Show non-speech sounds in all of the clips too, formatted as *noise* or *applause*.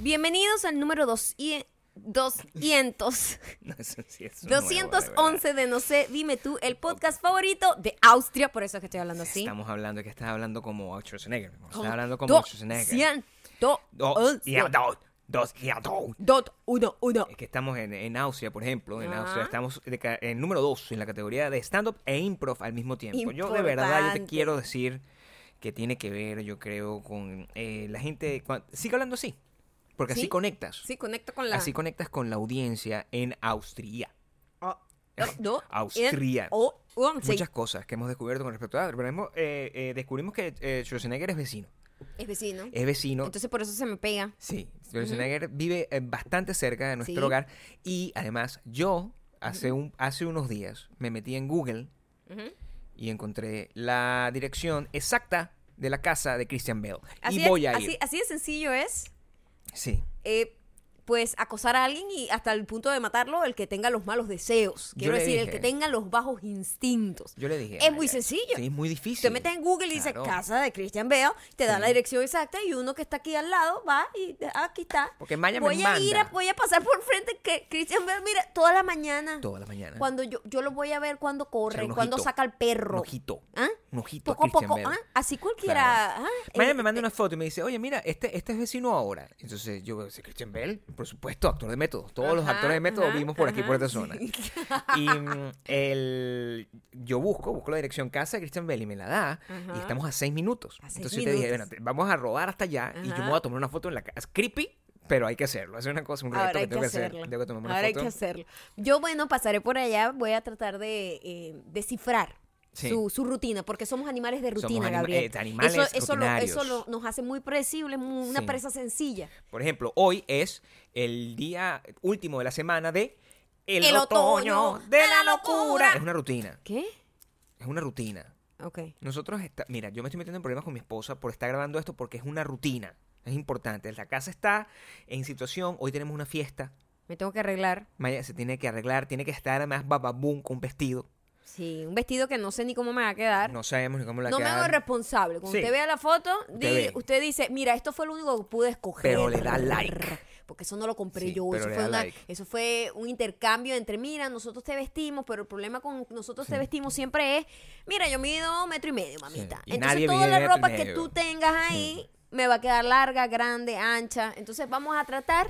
Bienvenidos al número 200. *laughs* 200. No, eso sí es un nuevo, de verdad. 211 de No sé, dime tú, el podcast favorito de Austria, por eso es que estoy hablando así. Estamos hablando, que estás hablando como Schwarzenegger. no, Estás Como hablando como dos, Schwarzenegger. cien, do- Dos, y a once, dos, dos, y a dos. dot, uno, uno. Es que estamos en, en Austria, por ejemplo. En Ajá. Austria estamos de ca- en número dos en la categoría de stand-up e improv al mismo tiempo. Yo de verdad yo te Importante. quiero decir que tiene que ver, yo creo, con eh, la gente. cua- Sigue hablando así, porque así ¿Sí? conectas. Sí, conecto con la. Así conectas con la audiencia en Austria. Ah, dos, do- eh, Austria. en- o- once. Muchas cosas que hemos descubierto con respecto a... Por ejemplo, eh, eh, descubrimos que eh, Schwarzenegger es vecino. Es vecino. Es vecino. Entonces por eso se me pega. sí, Schwarzenegger vive eh, bastante cerca de nuestro Sí. hogar. Y además, yo hace, un, hace unos días me metí en Google Ujú. y encontré la dirección exacta de la casa de Christian Bale. Así y voy es- a Así, ir. así de sencillo es. Sí. eh, pues acosar a alguien y hasta el punto de matarlo el que tenga los malos deseos. Yo Quiero le decir, el dije- que tenga los bajos instintos. Yo le dije. Es muy "Marica, sencillo. Sí, es muy difícil. Te metes en Google y dices Claro. casa de Christian Bale, te da Sí. la dirección exacta y uno que está aquí al lado va y ah, aquí está. Porque Maya me voy a ir, a- manda. voy a pasar por frente que Christian Bale, mira, toda la mañana. Toda la mañana. Cuando yo, yo lo voy a ver cuando Echar corre, un cuando ojito. saca el Un perro. ojito. ¿Ah? Un ojito a Poco a Christian poco, Bale. ¿ah? así cualquiera. Claro. ¿ah? Maya Eh, me manda una foto y me dice, oye, mira, este, este es vecino ahora. Entonces yo, ¿es Christian Bell? Por supuesto, actor de método. Todos los Ajá, actores de método ajá, vivimos por aquí, por ajá, esta zona. Y mm, el, yo busco, busco la dirección casa de Christian Bell y me la da. Y Ajá. estamos a seis minutos. A seis Entonces yo te dije, bueno, minutos. te- vamos a rodar hasta allá y yo me Ajá. voy a tomar una foto en la casa. Es creepy, pero hay que hacerlo. Es una cosa, un reto Ahora que hay que tengo que hacer. hacerlo. Tengo que tomarme una Ahora hay foto. que hacerlo. Yo, bueno, pasaré por allá, voy a tratar de eh, descifrar. Sí. Su, su rutina, porque somos animales de Somos rutina, anima- Gabriel. eh, de animales eso eso, lo- rutinarios. eso lo- nos hace muy predecibles, muy- una Sí. presa sencilla. Por ejemplo, hoy es el día último de la semana de El, El otoño, de la locura. locura. Es una rutina, ¿Qué? es una rutina. Ok. Nosotros, está- mira, yo me estoy metiendo en problemas con mi esposa por estar grabando esto porque es una rutina. Es importante. La casa está en situación. Hoy tenemos una fiesta. Me tengo que arreglar. Maya se tiene que arreglar, tiene que estar además bababum con vestido. Sí, un vestido que no sé ni cómo me va a quedar. No, No sabemos ni cómo la me hago quedar, responsable. Cuando Sí. usted vea la foto, di- Usted usted, ve. dice, mira, esto fue lo único que pude escoger. Pero le da like. Porque eso no lo compré Sí, yo. pero Eso le fue, da una- like. eso fue un intercambio entre, mira, nosotros te vestimos, pero el problema con nosotros te vestimos siempre es, mira, yo mido metro y medio, mamita. Y Entonces nadie toda mide la metro y ropa que medio. tú tengas ahí me va a quedar larga, grande, ancha. Entonces vamos a tratar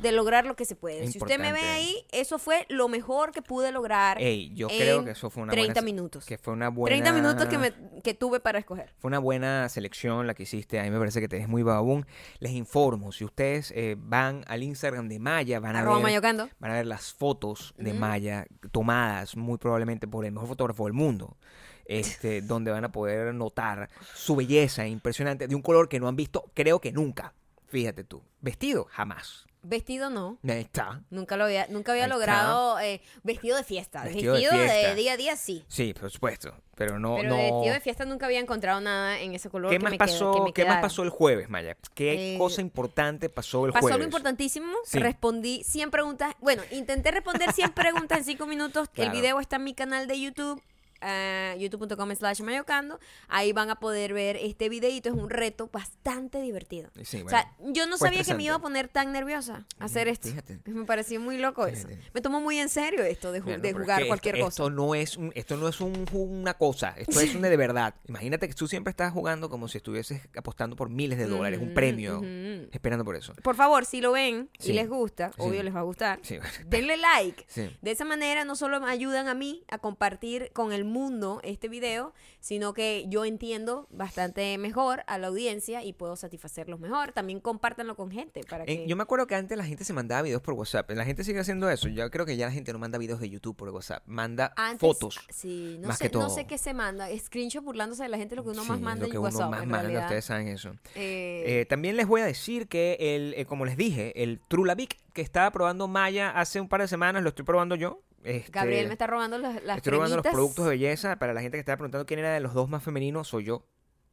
de lograr lo que se puede. Es Si usted me ve importante. ahí, eso fue lo mejor que pude lograr. Ey, yo en creo que eso fue una 30 buena- minutos. Que fue una buena. 30 minutos que, me, que tuve para escoger. Fue una buena selección la que hiciste. A mí me parece que te ves muy bababún. Les informo, si ustedes eh, van al Instagram de Maya, van a, Arroba ver, Mayocando. van a ver las fotos de Maya tomadas muy probablemente por el mejor fotógrafo del mundo. *laughs* Este, donde van a poder notar su belleza impresionante de un color que no han visto, creo que nunca. Fíjate tú. Vestido, jamás. Vestido no. Ahí está. Nunca lo había, nunca había Ahí está. logrado eh, vestido de fiesta. Vestido Vestido, de de, fiesta. día a día sí. Sí, por supuesto. Pero no. Pero no... de vestido de fiesta nunca había encontrado nada en ese color. ¿Qué que más me queda- pasó? que me ¿Qué más quedara. pasó el jueves, Maya? ¿Qué Eh, cosa importante pasó el Pasó jueves? algo importantísimo. Sí. Respondí 100 preguntas. Bueno, intenté responder *laughs* 100 preguntas en 5 minutos. Claro. El video está en mi canal de YouTube. ah, youtube.com slash mayocando ahí van a poder ver este videito es un reto bastante divertido Sí, o bueno, sea yo no fue sabía que me estresante. iba a poner tan nerviosa a hacer esto fíjate. *laughs* me pareció muy loco eso Fíjate. me tomo muy en serio esto de, ju- Bueno, de pero es jugar que cualquier esto, cosa Esto no es, un- esto no es un ju- una cosa, esto es un de verdad. Imagínate que tú siempre estás jugando como si estuvieses apostando por miles de dólares, Mm, un premio, esperando por eso. por favor si lo ven Sí. y les gusta Sí. obvio les va a gustar Sí. denle like Sí. De esa manera no solo me ayudan a mí a compartir con el mundo este video, sino que yo entiendo bastante mejor a la audiencia y puedo satisfacerlos mejor. También compártanlo con gente para En- que... Eh, yo me acuerdo que antes la gente se mandaba videos por WhatsApp. La gente sigue haciendo eso. Yo creo que ya la gente no manda videos de YouTube por WhatsApp. Manda Antes- fotos. Sí, no, más sé, que todo. no sé qué se manda. Screenshot burlándose de la gente, lo que uno Sí, más manda lo que en uno WhatsApp. más en manda, realidad. ustedes saben eso. Eh, Eh, también les voy a decir que, el, eh, como les dije, el Trulavic que estaba probando Maya hace un par de semanas, lo estoy probando yo. Este, Gabriel me está robando las, las Estoy robando los cremitas. productos de belleza. Para la gente que estaba preguntando quién era de los dos más femeninos, soy *laughs* yo.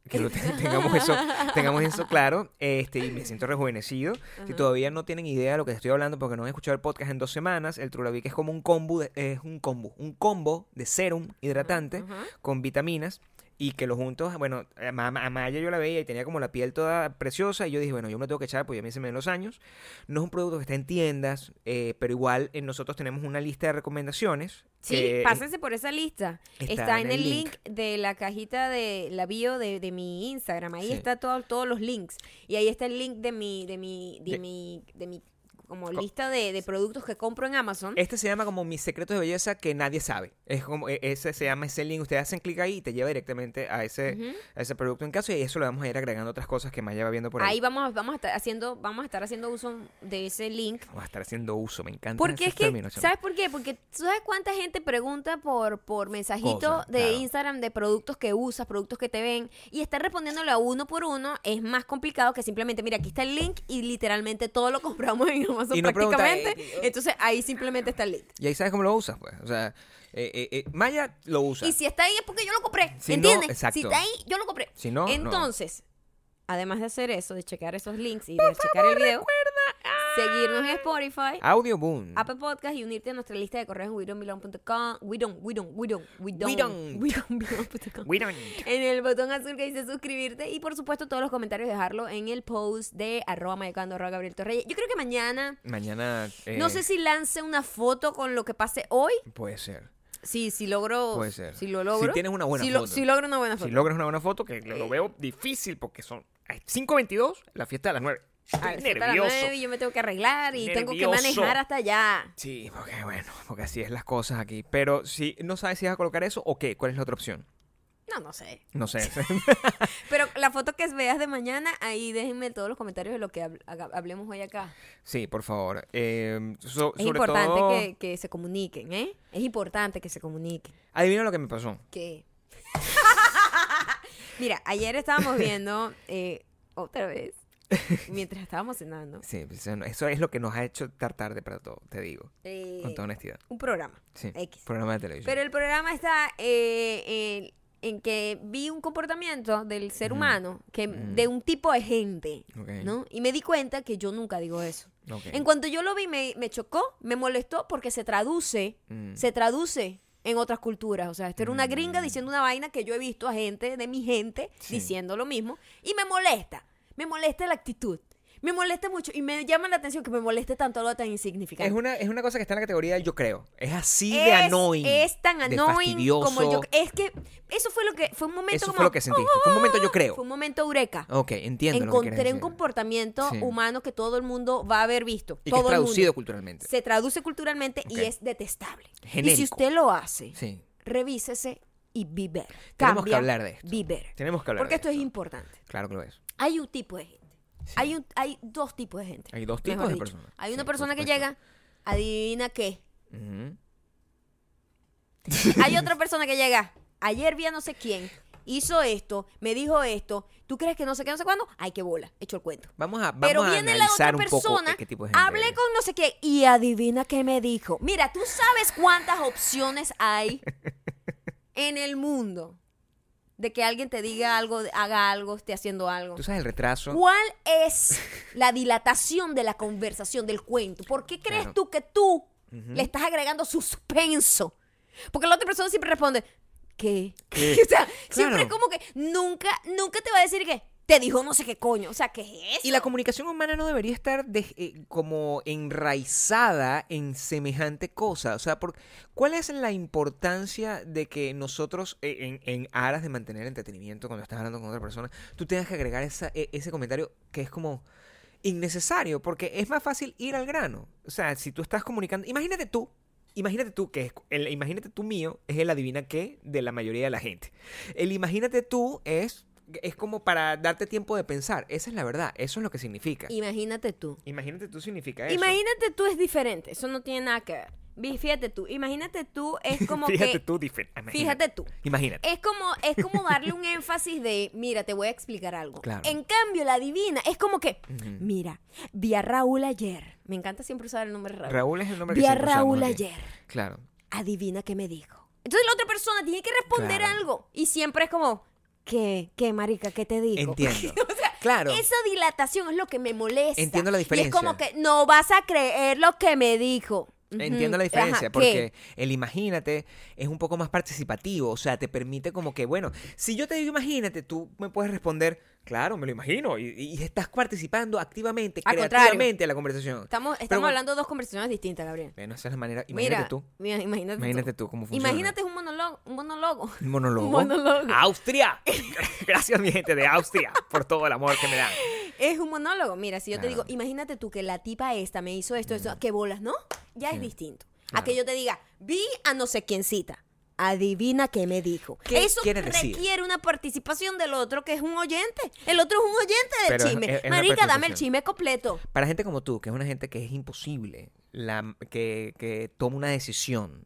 Que lo te- tengamos, eso, tengamos eso claro. Este, y me siento rejuvenecido. Si todavía no tienen idea de lo que estoy hablando porque no han escuchado el podcast en dos semanas, el Trulavic es como un combo, de- es un combo, un combo de serum hidratante Ajá. con vitaminas y que los juntos, bueno, a Ma- a Maya yo la veía y tenía como la piel toda preciosa y yo dije, bueno, yo me la tengo que echar porque a mí se me ven los años. No es un producto que está en tiendas, eh, pero igual eh, nosotros tenemos una lista de recomendaciones. Sí, que- pásense por esa lista. está Está, en en, el el link. de la cajita de la bio de, de mi Instagram. Ahí Sí. está todo, todos los links. Y ahí está el link de mi, de mi, de De- mi, de mi como Co- lista de, de productos que compro en Amazon. Este se llama como mis secretos de belleza que nadie sabe. Es como e- ese se llama ese link. Ustedes hacen clic ahí y te lleva directamente a ese, Ujú. a ese producto en caso y eso lo vamos a ir agregando otras cosas que Maya va viendo por ahí. Ahí vamos, a- vamos a estar haciendo, vamos a estar haciendo uso de ese link. Vamos a estar haciendo uso, me encanta. Porque es que, ¿sabes por qué? Porque tú sabes cuánta gente pregunta por, por mensajito Cosas, de claro. Instagram de productos que usas, productos que te ven, y estar respondiéndole a uno por uno es más complicado que simplemente, mira, aquí está el link y literalmente todo lo *laughs* compramos en Amazon Y no pregunta, prácticamente. eh, eh, Entonces ahí simplemente está el link. Y ahí sabes cómo lo usas, pues. O sea, eh, eh, eh, Maya lo usa. Y si está ahí es porque yo lo compré, Si no, ¿entiendes? exacto. Si está ahí, yo lo compré. Si no, no. Entonces, además de hacer eso, de checar esos links y de checar el video, seguirnos en Spotify. Audio Boom. Apple Podcast y unirte a nuestra lista de correos en widonbilon.com. We don't, we don't, we don't, we don't. *laughs* don't. we don't belong punto com. We don't. En el botón azul que dice suscribirte y por supuesto todos los comentarios dejarlo en el post de arroba mayocando arroba Gabriel Torreyes. Yo creo que mañana, Mañana. eh, no sé si lance una foto con lo que pase hoy. Puede ser. Sí, si logro. Puede ser. Si lo logro. Si tienes una buena si lo- foto. si logro una buena foto. Si logras una buena foto, que lo, Eh. lo veo difícil porque son ay, 5.22, la fiesta de las 9. A las Estoy siete de Ah, la nervioso. nueve yo me tengo que arreglar y tengo que Nervioso. manejar hasta allá. Sí, porque bueno, porque así es las cosas aquí. Pero si no sabes si vas a colocar eso o qué, ¿cuál es la otra opción? No, no sé. *laughs* No sé. Pero la foto que veas de mañana, ahí déjenme todos los comentarios de lo que hab- haga- hablemos hoy acá. sí, por favor. Eh, so- Es sobre importante todo, que, que se comuniquen, ¿eh? Es importante que se comuniquen. Adivina lo que me pasó. Que... *laughs* Mira, ayer estábamos viendo, eh, otra *laughs* vez, mientras estábamos cenando, Sí, pues, eso no- eso es lo que nos ha hecho tartar de para todo, te digo, eh, con toda honestidad. un programa. Sí, X. programa de televisión. Pero el programa está eh, en, en que vi un comportamiento del ser Ujú. humano, que, Ujú. de un tipo de gente, Ok. ¿no? Y me di cuenta que yo nunca digo eso. Ok. En cuanto yo lo vi, me, me chocó, me molestó porque se traduce, Mm. se traduce en otras culturas. O sea, esto era una gringa Mm. diciendo una vaina que yo he visto a gente de mi gente Sí. diciendo lo mismo y me molesta, me molesta la actitud. Me molesta mucho y me llama la atención que me moleste tanto algo tan insignificante. Es una, es una cosa que está en la categoría del yo creo. Es así de Es- annoying. Es tan de annoying como fastidioso. yo. Es que eso fue lo que fue un momento Eso como, fue lo que sentiste. Fue un momento yo creo. Fue un momento eureka. Ok, entiendo lo que quieres Encontré un decir. comportamiento Sí. humano que todo el mundo va a haber visto. Y que todo es traducido el mundo. culturalmente. Se traduce culturalmente Ok. y es detestable. Y si Genérico. usted lo hace, Sí. revísese y viver. Tenemos que hablar de esto. Viver. Tenemos que hablar Porque de esto es esto. importante. Claro que lo es. Hay un tipo de gente. Sí. Hay, un, hay dos tipos de gente. Hay dos mejor tipos de dicho. personas. Hay Sí, una por persona que supuesto. llega, adivina *laughs* qué. Ujú. Hay otra persona que llega. Ayer vi a no sé quién. Hizo esto, me dijo esto. ¿Tú creres que no sé qué, no sé cuándo? Ay, qué bola. Hecho el cuento. Vamos a, vamos Pero a viene la analizar otra un poco persona, qué tipo de gente hablé eres. con no sé qué y adivina qué me dijo. Mira, tú sabes cuántas opciones *laughs* hay en el mundo de que alguien te diga algo, haga algo, esté haciendo algo. Tú sabes el retraso. ¿Cuál es la dilatación de la conversación, del cuento? ¿Por qué crees Claro. tú que tú le estás agregando suspenso? Porque la otra persona siempre responde, ¿qué? ¿Qué? *laughs* o sea, siempre Claro. es como que nunca, nunca te va a decir que te dijo no sé qué coño. O sea, ¿qué es eso? Y la comunicación humana no debería estar de- eh, como enraizada en semejante cosa. O sea, por, ¿cuál es la importancia de que nosotros, eh, en, en aras de mantener entretenimiento cuando estás hablando con otra persona, tú tengas que agregar esa- e- ese comentario que es como innecesario? Porque es más fácil ir al grano. O sea, si tú estás comunicando, imagínate tú. Imagínate tú que es, el imagínate tú mío es el adivina qué de la mayoría de la gente. El imagínate tú es es como para darte tiempo de pensar. Esa es la verdad. Eso es lo que significa. Imagínate tú. Imagínate tú significa eso. Imagínate tú es diferente. Eso no tiene nada que ver. Vi- Fíjate tú. Imagínate tú *laughs* es como fíjate que. tú diferente. Fíjate tú. Imagínate. Es como, es como darle un énfasis de, mira, te voy a explicar algo. Claro. En cambio, la divina es como que, Ujú. mira, vi a Raúl ayer. Me encanta siempre usar el nombre Raúl. Raúl es el nombre vi que a siempre usamos Raúl aquí. ayer. Claro. Adivina qué me dijo. Entonces la otra persona tiene que responder Claro. algo. Y siempre es como, ¿qué, qué marica, qué te dijo? Entiendo. *laughs* O sea, Claro. Esa dilatación es lo que me molesta. Entiendo la Y diferencia. es como que no vas a creer lo que me dijo. Entiendo la Ujú. diferencia, Ajá, ¿qué? porque el imagínate es un poco más participativo, o sea, te permite como que, bueno, si yo te digo imagínate, tú me puedes responder, claro, me lo imagino, y, y estás participando activamente, Al contrario. creativamente en la conversación. Estamos, estamos bueno. hablando de dos conversaciones distintas, Gabriel. Bueno, esa es la manera, imagínate Mira, tú, mira, imagínate, imagínate tú. tú cómo funciona. Imagínate un monólogo. Un monólogo. Un monólogo. monólogo. Austria. *laughs* Gracias, mi gente de Austria, por todo el amor que me dan. Es un monólogo. Mira, si yo te Claro. digo, imagínate tú que la tipa esta me hizo esto, esto, que bolas, ¿no? Ya es distinto. A Claro. que yo te diga, vi a no sé quién cita. Adivina qué me dijo. ¿Qué Eso quiere decir? requiere una participación del otro que es un oyente. El otro es un oyente del Pero es- chisme. es- es una Marica, dame el participación. chisme completo. Para gente como tú, que es una gente que es imposible, la, que, que toma una decisión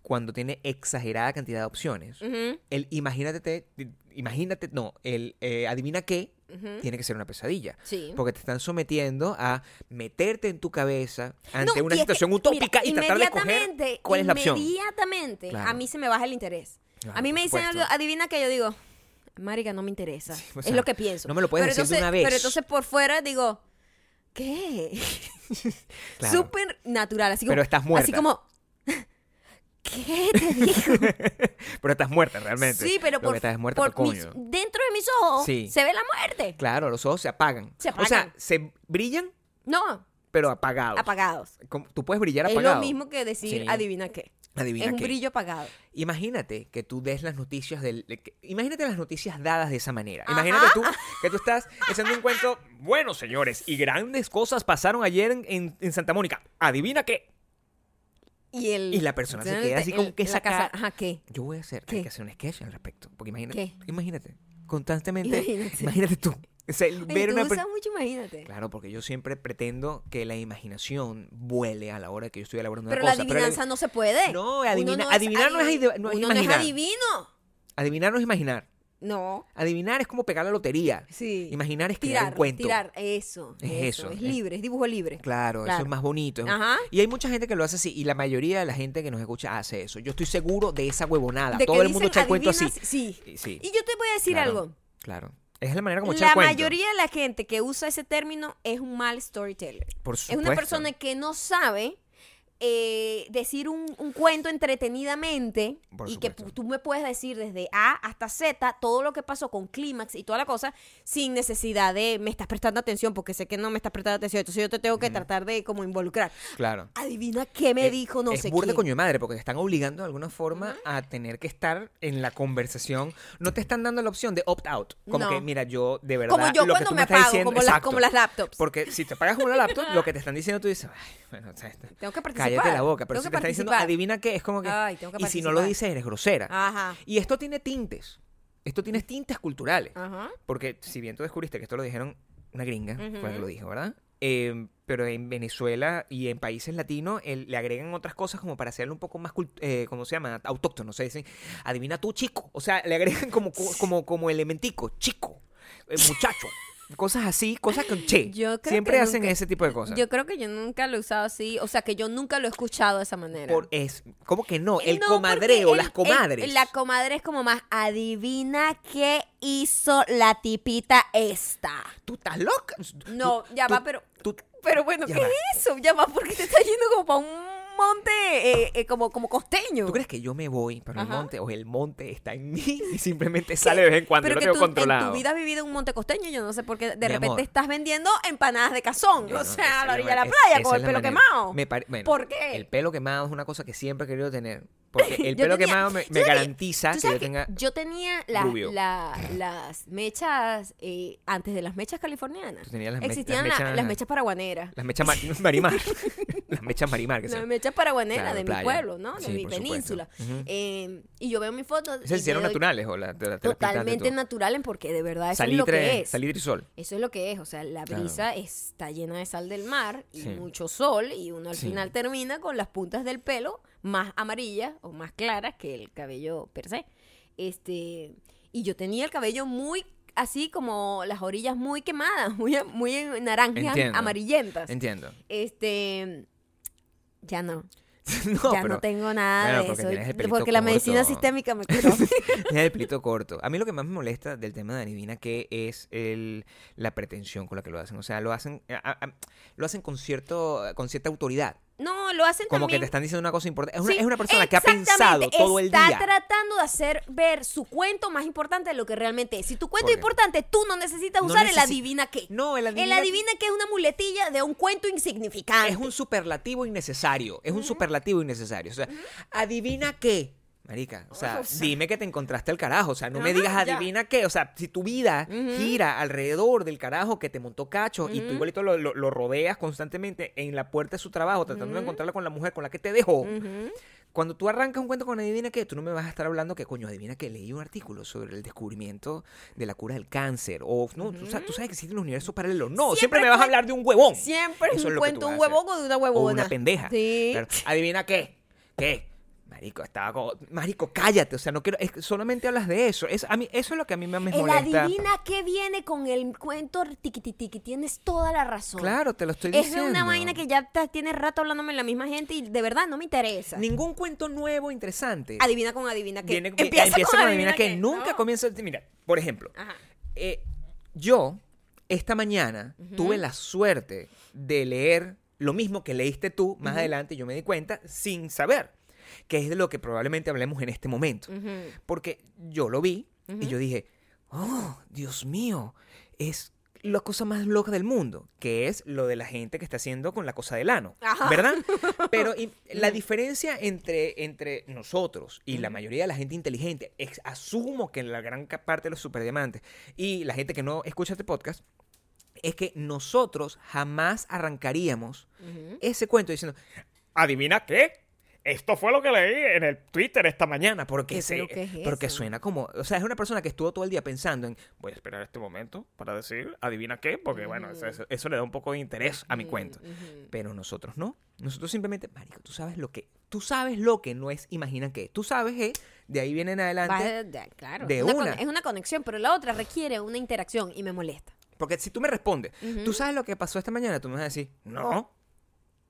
cuando tiene exagerada cantidad de opciones, Ujú, el imagínate, te- imagínate, no, el eh, adivina qué, ujú. tiene que ser una pesadilla. Sí. Porque te están sometiendo a meterte en tu cabeza ante No, una y es que, situación utópica y mira, tratar de escoger inmediatamente, cuál es la opción. Inmediatamente, Claro. a mí se me baja el interés. Claro, a mí me por dicen supuesto. algo, adivina que yo digo, marica, no me interesa. Sí, o es sea, lo que pienso. no me lo puedes Pero decir de entonces- una vez. Pero entonces por fuera digo, ¿qué? *laughs* Claro. Súper natural, así como... Pero estás muerta. Así como... *laughs* ¿Qué te dijo? Pero estás muerta realmente. sí, pero Lo por, que estás es muerta por por mis- coño. dentro de mis ojos Sí. se ve la muerte. Claro, los ojos se apagan. Se O sea, apagan. se brillan, No, pero apagados. apagados. Como- Tú puedes brillar Es apagado. lo mismo que decir, Sí. adivina qué. Adivina es un qué. brillo apagado. Imagínate que tú des las noticias del. de que- imagínate las noticias dadas de esa manera. Ajá. Imagínate tú que tú estás haciendo un cuento. Bueno, señores, y grandes cosas pasaron ayer en, en- en Santa Mónica. Adivina qué. Y, el, Y la persona se el- queda así el- como que la saca- casa- Ajá, ¿qué? Yo voy a hacer. ¿Qué? Hay que hacer un sketch al respecto. Porque imagínate. ¿Qué? Imagínate. Constantemente. Imagínate. Imagínate, tú. O sea, el Oye, ver tú una. per- usas mucho, imagínate. Claro, porque yo siempre pretendo que la imaginación vuele a la hora que yo estoy elaborando pero una la cosa. pero la- adivinanza no se puede. No, Uno adivina- adivinar no es adivi- ide- no es uno imaginar. adivino. adivinar no es imaginar. No. Adivinar es como pegar la lotería. Sí. Imaginar es crear tirar, un cuento. tirar, eso. Es eso. eso, Es es- libre, es dibujo libre. Claro, eso Claro. es más bonito. es- Ajá. Y hay mucha gente que lo hace así. Y la mayoría de la gente que nos escucha hace eso. Yo estoy seguro de esa huevonada. De Todo que el mundo dicen, echa el cuento así. "Adivina si-". Sí. Y Sí. Y yo te voy a decir claro, algo. Claro. Es la manera como echa el La cuento. mayoría de la gente que usa ese término es un mal storyteller. Por Es supuesto. una persona que no sabe eh, decir un, un cuento entretenidamente Por y que supuesto. pu- tú me puedes decir desde A hasta Z todo lo que pasó con clímax y toda la cosa sin necesidad de me estás prestando atención porque sé que no me estás prestando atención, entonces yo te tengo que tratar de como involucrar. Claro. Adivina qué me Eh, dijo, no es sé burda quién. coño de madre porque te están obligando de alguna forma a tener que estar en la conversación no te están dando la opción de opt out como No. que mira yo de verdad Como yo lo que cuando tú me me estás apago, diciendo como, las, exacto. como las laptops. porque si te pagas con una laptop lo que te están diciendo tú dices "Ay, bueno o sea, esta- Tengo que participar. cállate la boca pero Tengo si que te están diciendo participar. adivina qué es como que Ay, tengo que y si no lo participar. Ah. dices eres grosera Ajá. y esto tiene tintes esto tiene tintes culturales Ajá. porque si bien tú descubriste que esto lo dijeron una gringa, fue la que Ujú. lo dijo, ¿verdad? Eh, pero en Venezuela y en países latinos el- le agregan otras cosas como para hacerlo un poco más, cult- eh, ¿cómo se llama? Autóctono. Se dicen, adivina tú, chico. O sea, le agregan *laughs* como, co- como, como elementico, chico, eh, muchacho. cosas así, cosas con che. Yo creo Siempre que hacen nunca- ese tipo de cosas. Yo creo que yo nunca lo he usado así, o sea, que yo nunca lo he escuchado de esa manera. Por, es, ¿Cómo que no? El No, porque comadreo, el- las el- comadres. la comadre es como más, adivina qué hizo la tipita esta. ¿Tú estás loca? No, ya tú- va, pero- tú- Pero bueno, Ya ¿qué va. es eso? Ya va, porque te está yendo como para un monte eh, eh, como, como costeño. ¿Tú crees que yo me voy para el Ajá. monte o el monte está *laughs* en mí y simplemente sale de vez en cuando? Pero yo que lo tú tengo controlado. en tu vida has vivido en un monte costeño, yo no sé por qué de Mi repente amor. estás vendiendo empanadas de cazón, Bueno, o esa sea, a es la orilla de la ma- es- playa esa con es el la pelo manera. quemado. Me pare- bueno, ¿Por qué? El pelo quemado es una cosa que siempre he querido tener. *laughs* Porque el Yo tenía- pelo quemado me, ¿tú me sabes que- garantiza tú que, sabes yo *laughs* tenga. yo tenía la- rubio. la- las mechas eh, antes de las mechas californianas. Tú tenías las me- las Existían la- mechas- las mechas paraguaneras. Las mechas mar- *laughs* marimar. las mechas marimar. Que se Las llama. mechas paraguaneras Claro, de mi playa. pueblo, ¿no? De Sí, mi por supuesto. península. Ujú. Eh, y yo veo mis fotos. y ¿Esas se me hicieron doy naturales o la, te- la- te las pintaste Totalmente tú? naturales, porque de verdad eso es lo que Salitre, es. salitre y sol. Eso es lo que es, o sea, la Claro. brisa está llena de sal del mar y Sí. mucho sol y uno al Sí. final termina con las puntas del pelo más amarillas o más claras que el cabello per se. Este, y yo tenía el cabello muy así como las orillas muy quemadas, *laughs* muy, muy naranjas, Entiendo. amarillentas. Entiendo. *laughs* Este, ya no, No, ya pero. no tengo nada Bueno, de porque eso. tienes el pelito porque la medicina corto. sistémica me *laughs* curó. Tiene el pelito corto. A mí lo que más me molesta del tema de Adivina que es el, eh, la pretensión con la que lo hacen. O sea, lo hacen, a- a- lo hacen con, cierto, con cierta autoridad. No, lo hacen Como que también. te están diciendo una cosa importante. Es una, Sí, es una persona que ha exactamente, pensado todo el día. Está tratando de hacer ver su cuento más importante de lo que realmente es. Si tu cuento es Porque- importante, tú no necesitas No usar el necesi- adivina qué. No, el adivina El qué- adivina qué es una muletilla de un cuento insignificante. Es un superlativo innecesario. Es un superlativo innecesario. O sea, adivina qué. Marica, o sea, *laughs* O sea. dime que te encontraste el carajo. O sea, no me Ajá, digas ya. adivina qué. O sea, si tu vida gira alrededor del carajo que te montó cacho y tú igualito lo, lo- lo rodeas constantemente en la puerta de su trabajo, tratando de encontrarla con la mujer con la que te dejó. Cuando tú arrancas un cuento con adivina qué, tú no me vas a estar hablando que, coño, adivina que leí un artículo sobre el descubrimiento de la cura del cáncer. O, no, tú, sa- tú sabes que existe un universo paralelo. No, siempre, Siempre me vas a cuen- hablar de un huevón. Siempre es Eso un lo que tú cuento, vas un a hacer. huevón o de una O huevona. una pendeja. Sí. Claro. Adivina qué. ¿Qué? Marico, estaba como. Marico, cállate. O sea, no quiero. es que solamente hablas de eso. Es, a mí, eso es lo que a mí me me El molesta. adivina qué viene con el cuento tiquitiqui. Tienes toda la razón. Claro, te lo estoy Es diciendo. una vaina que ya ta- tienes rato hablándome la misma gente y de verdad no me interesa. Ningún cuento nuevo interesante. Adivina con adivina qué. *laughs* Viene- con adivina qué. Nunca ¿no? comienza. Mira, por ejemplo, Ajá. eh, yo esta mañana tuve la suerte de leer lo mismo que leíste tú más adelante, yo me di cuenta, sin saber, que es de lo que probablemente hablemos en este momento. Ujú. Porque yo lo vi y yo dije, oh, Dios mío, es la cosa más loca del mundo, que es lo de la gente que está haciendo con la cosa del ano, Ajá. ¿verdad? Pero y la diferencia entre, entre nosotros y la mayoría de la gente inteligente, es- asumo que en la gran ca- parte de los superdiamantes y la gente que no escucha este podcast, es que nosotros jamás arrancaríamos ese cuento diciendo, adivina qué. Esto fue lo que leí en el Twitter esta mañana, porque ¿Qué- se, pero qué es porque eso? suena como, o sea, es una persona que estuvo todo el día pensando en, voy a esperar este momento para decir, adivina qué, porque bueno, eso, eso- eso le da un poco de interés a mi cuento. Pero nosotros no, nosotros simplemente, marico, tú sabes lo que, tú sabes lo que no es, imagina qué, tú sabes que de ahí viene en Va- adelante, ya, claro. de es una, una. con- Es una conexión, pero la otra requiere una interacción y me molesta. porque si tú me respondes, tú sabes lo que pasó esta mañana, tú me vas a decir, no,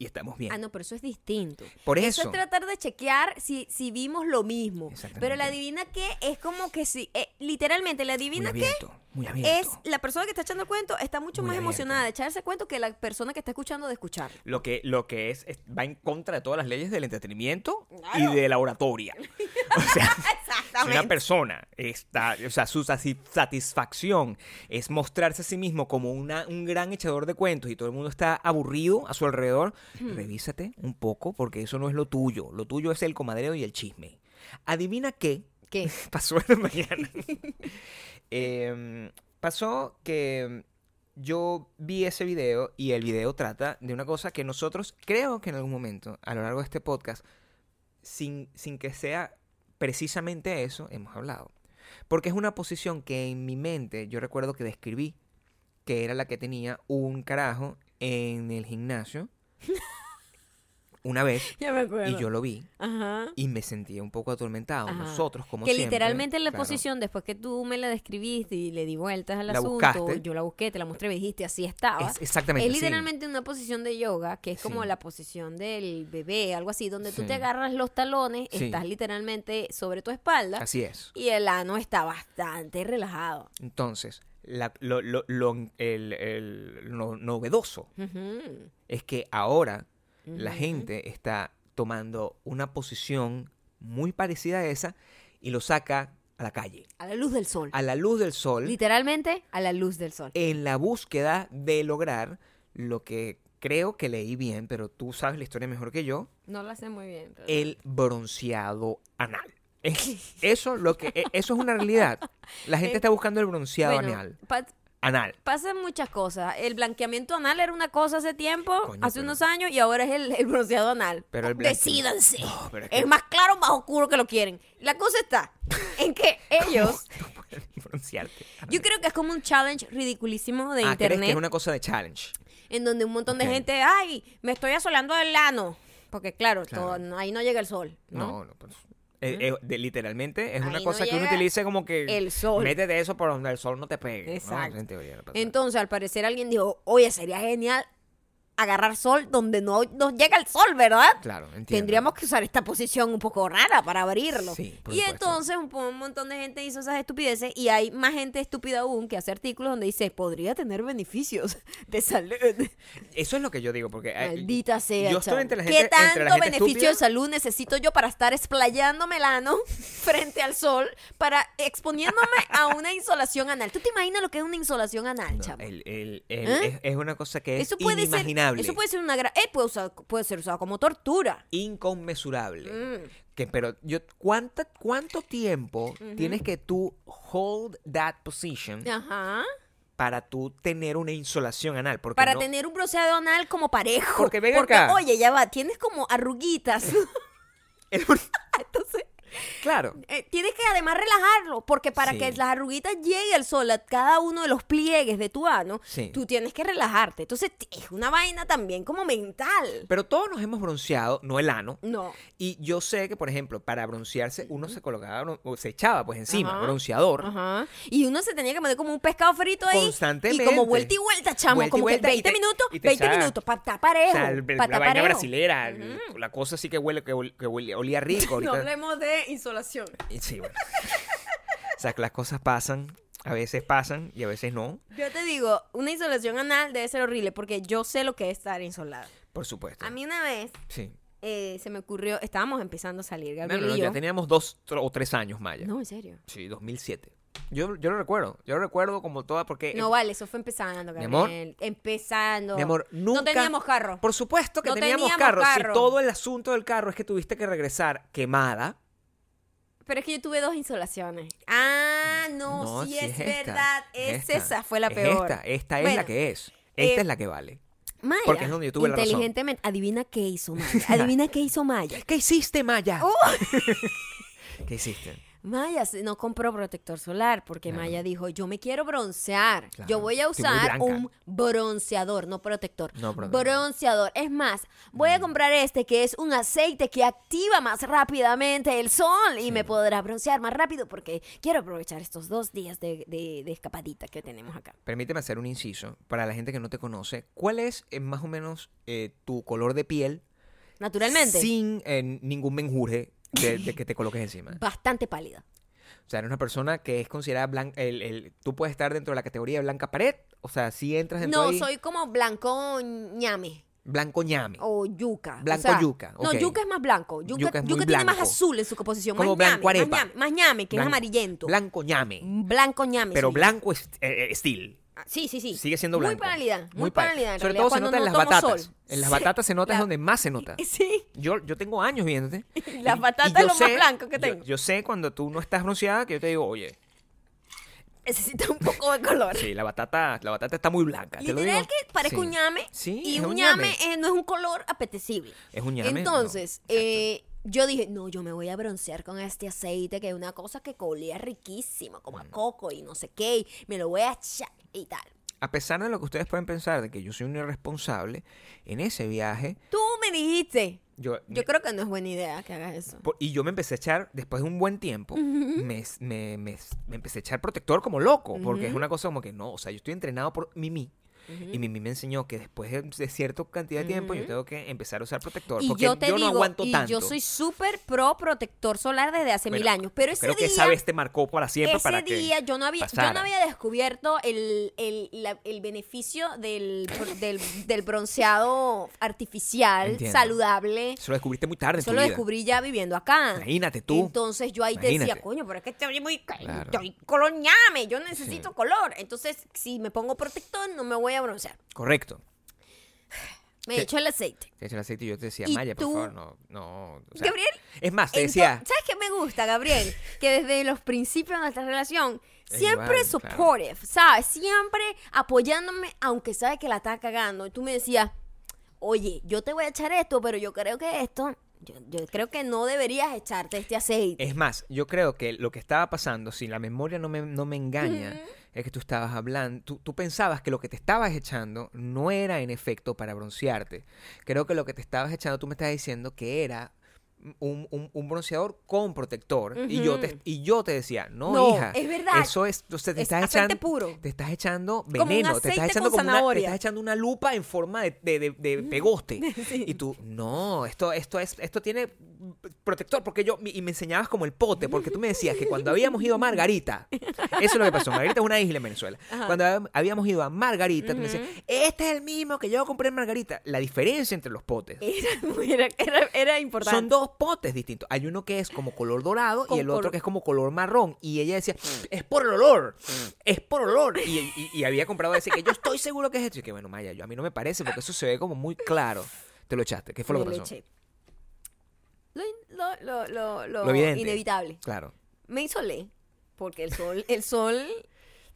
y estamos bien. Ah, no, pero eso es distinto. Por es eso, tratar de chequear si, si vimos lo mismo. Exactamente. Pero la adivina qué es como que si. eh, literalmente, la muy adivina qué abierto, muy abierto. es. La persona que está echando el cuento está mucho Muy más abierto. emocionada de echarse el cuento que la persona que está escuchando de escuchar. lo que, lo que es, es- va en contra de todas las leyes del entretenimiento Claro. y de la oratoria. O sea, *laughs* si Exactamente. una persona está, o sea, su sasi- satisfacción es mostrarse a sí mismo como una, un gran echador de cuentos y todo el mundo está aburrido a su alrededor, Hmm. revísate un poco porque eso no es lo tuyo. Lo tuyo es el comadreo y el chisme. Adivina qué ¿Qué? *laughs* pasó esta mañana. Em, pasó que yo vi ese video y el video trata de una cosa que nosotros creo que en algún momento, a lo largo de este podcast, sin, sin que sea precisamente eso, hemos hablado. Porque es una posición que en mi mente yo recuerdo que describí, que era la que tenía un carajo en el gimnasio una vez Ya me acuerdo. y yo lo vi Ajá. y me sentía un poco atormentado. Ajá. Nosotros, como Ah, que siempre, literalmente la claro, posición, después que tú me la describiste y le di vueltas al La asunto, buscaste. yo la busqué, te la mostré, me dijiste, así estaba. Es exactamente Es así. literalmente una posición de yoga, que es como Sí. la posición del bebé, algo así, donde tú Sí. te agarras los talones, Sí. estás literalmente sobre tu espalda Así es. y el ano está bastante relajado. Entonces, la- lo, lo- lo- el- el- lo novedoso Ujú. es que ahora la gente está tomando una posición muy parecida a esa y lo saca a la calle, A la luz del sol. a la luz del sol, Literalmente a la luz del sol. en la búsqueda de lograr lo que creo que leí bien, pero tú sabes la historia mejor que yo, No lo hace muy bien. pero- el bronceado anal. Es- Eso, lo que, e- eso es una realidad. La gente está buscando el bronceado Eh, Bueno, anal. pa- Anal. *laughs* Pasan muchas cosas. El blanqueamiento anal era una cosa hace tiempo, Coño, hace pero- unos años, y ahora es el, el bronceado anal. Pero el blanqueamiento- Decídanse. No, pero es es, que- más claro, más oscuro que lo quieren. La cosa está en *laughs* que ellos. Broncearte. Yo creo que es como un challenge ridiculísimo de Ah, ¿crees que internet, es una cosa de challenge? en donde un montón Ok. de gente, ay, me estoy asolando el ano. Porque claro, todo- Claro. ahí no llega el sol. ¿no? No, no. pues, eh, eh, de- literalmente es una Ahí no cosa que uno llega utiliza como que el sol. métete eso por donde el sol no te pegue ¿no? Exacto. En teoría, no pasa nada. Entonces, al parecer alguien dijo, oye, sería genial agarrar sol donde no nos llega el sol, ¿verdad? Claro, entiendo. Tendríamos que usar esta posición un poco rara para abrirlo. Sí, por y supuesto. entonces un, po- un montón de gente hizo esas estupideces y hay más gente estúpida aún que hace artículos donde dice, podría tener beneficios de salud. Eso es lo que yo digo, porque... eh, Maldita sea. Yo estoy chamo. entre la ¿Qué gente, entre la tanto gente beneficio estúpida. de salud necesito yo para estar esplayando melano *laughs* frente al sol, para exponiéndome a una insolación anal? ¿Tú te imaginas lo que es una insolación anal, No, chamo? el- el- el- ¿Eh? es, es una cosa que es eso puede ser, inimaginable, eso puede ser una gra- eh, puede, usar- puede ser usado como tortura. inconmensurable. Mm. Que, pero yo, ¿cuánta, ¿cuánto tiempo tienes que tú hold that position Ajá. para tú tener una insolación anal? Porque Para no- *laughs* tener un bronceado anal como parejo. Porque ven acá. Oye, ya va, tienes como arruguitas. *laughs* Entonces, Claro. *laughs* eh, tienes que además relajarlo, porque para Sí. que las arruguitas llegue al sol a cada uno de los pliegues de tu ano, Sí. tú tienes que relajarte. Entonces, t- es una vaina también como mental. Pero todos nos hemos bronceado, no el ano. No. Y yo sé que, por ejemplo, para broncearse uno se colocaba bron- o se echaba pues encima, Ajá. bronceador. Ajá. Y uno se tenía que meter como un pescado frito ahí. Constantemente. Y como vuelta y vuelta, chamo. Vuelta y como vuelta que y 20 te- minutos, y te 20 echaba- minutos, para estar parejo. O sea, el- para la estar vaina parejo. brasilera, el- la cosa sí que huele, que huele- que *laughs* huele- olía rico. No ahorita. hablemos de insolación. Y Sí, bueno. *laughs* o sea, que las cosas pasan, a veces pasan y a veces no, Yo te digo, una insolación anal debe ser horrible porque yo sé lo que es estar insolada. por supuesto. A mí una vez Sí. eh, se me ocurrió, estábamos empezando a salir, No, Gabriel no, no, y yo. ya teníamos dos tro- o tres años, Maya. No, en serio. Sí, 2007. Yo, yo lo recuerdo, yo lo recuerdo como toda, porque... No vale, eso fue empezando, Gabriel. Eh, amor. empezando. Mi amor, nunca. No teníamos carro. Por supuesto que No teníamos, teníamos carro. carro. Si todo el asunto del carro es que tuviste que regresar quemada. Pero es que yo tuve dos insolaciones. Ah, no, sí, Mm, sí es, esta, verdad. Es esta, esa fue la es peor. Esta, esta es Bueno, la que es. eh, Esta es la que vale. Maya. Porque es donde yo tuve la razón. inteligentemente, adivina qué hizo Maya. Adivina qué hizo Maya. ¿Qué hiciste, Maya? *laughs* ¿Qué hiciste? Maya se- no compró protector solar porque Claro. Maya dijo, yo me quiero broncear. Claro. Yo voy a Estoy muy usar blanca. un bronceador, no protector. No protector. Mm. Bronceador. Es más, voy a comprar este que es un aceite que activa más rápidamente el sol y me podrá broncear más rápido porque quiero aprovechar estos dos días de, de- de escapadita que tenemos acá. Permíteme hacer un inciso para la gente que no te conoce. ¿Cuál es eh, más o menos eh, tu color de piel Naturalmente, sin eh, ningún menjurje de, de que te coloques encima? bastante pálida. O sea, eres una persona que es considerada blanca. El, el- tú puedes estar dentro de la categoría de blanca pared. O sea, si entras dentro No, ahí, soy como blanco ñame. blanco ñame. O yuca. Blanco o sea, yuca, No, ok. yuca es más blanco. Yuca, Yuca es muy yuca tiene más blanco. azul en su composición. Como más ñame, blanco arepa. Más ñame, más ñame, que es Blan- amarillento. Blanco ñame. Blanco ñame. Pero soy yo. blanco es, eh, eh, steel. Ah, Sí, sí, sí. Sigue siendo blanco. Muy pálida. Muy, pál- pálida. en Sobre realidad, todo se cuando nota en no las tomo batatas. sol. En las Sí, *laughs* batatas se nota la- es donde más se nota. *laughs* Sí. Yo, yo tengo años viéndote. *laughs* La y- y batata yo es lo más sé- blanco que yo- tengo. Yo, sé cuando tú no estás bronceada que yo te digo, oye, Necesita un poco de color. sí, la batata, la batata está muy blanca. te lo Literal digo. que parece Sí. un ñame. Sí, y es un un ñame, ñame. eh, no es un color apetecible. Es un ñame, no. Entonces, eh, yo dije, no, yo me voy a broncear con este aceite que es una cosa que colía riquísimo, como a Mm. coco y no sé qué, y me lo voy a echar y tal. A pesar de lo que ustedes pueden pensar de que yo soy un irresponsable, en ese viaje, Tú me dijiste. yo, Yo creo que no es buena idea que hagas eso. Por- y yo me empecé a echar, después de un buen tiempo, me, me- me- me empecé a echar protector como loco, porque es una cosa como que no, o sea, yo estoy entrenado por Mimi. Y Mimi me enseñó que después de, de cierta cantidad de tiempo yo tengo que empezar a usar protector. Y porque yo te no digo, aguanto y tanto. yo soy súper pro protector solar desde hace Bueno, mil años, Este pero ese Creo que día, esa vez te marcó para siempre. ese para que día yo no había, yo no pasara. había descubierto el, el- la- el beneficio del, del, del bronceado artificial, Entiendo. saludable. Eso lo descubriste muy tarde en Eso tu lo vida. descubrí ya viviendo acá. Imagínate tú. Entonces yo ahí decía, Imagínate. coño, pero es que estoy muy Claro. estoy color ñame, yo necesito color. Entonces, si me pongo protector, no me voy a broncear. Correcto. Me Sí. echo el aceite. Te eché el aceite y yo te decía, ¿Y Maya, por tú? favor, no, no. o sea, Gabriel, Es más, te Ento- decía. ¿Sabes qué me gusta, Gabriel? Que desde los principios de nuestra relación, Es siempre igual, supportive, ¿sabes? Siempre apoyándome, aunque sabe que la está cagando. Y tú me decías, oye, yo te voy a echar esto, pero yo creo que esto, yo, yo creo que no deberías echarte este aceite. Es más, yo creo que lo que estaba pasando, si la memoria no me, no me engaña, es que tú estabas hablando, tú, tú pensabas que lo que te estabas echando no era en efecto para broncearte. Creo que lo que te estabas echando, tú me estás diciendo que era un, un- un bronceador con protector. y, yo te, y yo te decía, no, No, hija. es verdad. Eso es, o sea, te Es estás aceite echando. puro. Te estás echando Como un veneno. te, estás aceite echando con como una, te zanahoria. estás echando una lupa en forma de, de, de- de pegoste. Y tú, no, esto, esto es, esto tiene protector. Porque yo, y me enseñabas como el pote, porque tú me decías que cuando habíamos ido a Margarita, eso es lo que pasó. Margarita es una isla en Venezuela. Cuando hab- habíamos ido a Margarita, tú me decías, este es el mismo que yo compré en Margarita. La diferencia entre los potes. *laughs* Era, muy- era, era- era importante. Son dos potes distintos. Hay uno que es como color dorado Con y el color- otro que es como color marrón. Y ella decía, es por el olor, es por olor. Y, y- y había comprado ese que yo estoy seguro que es esto. Y que bueno, Maya, yo, a mí no me parece porque eso se ve como muy claro. Te lo echaste. ¿Qué fue lo Me que lo pasó? eché. Lo, in- lo- lo- lo- lo Lo evidente. inevitable. Claro. Me insolé, porque el sol, el sol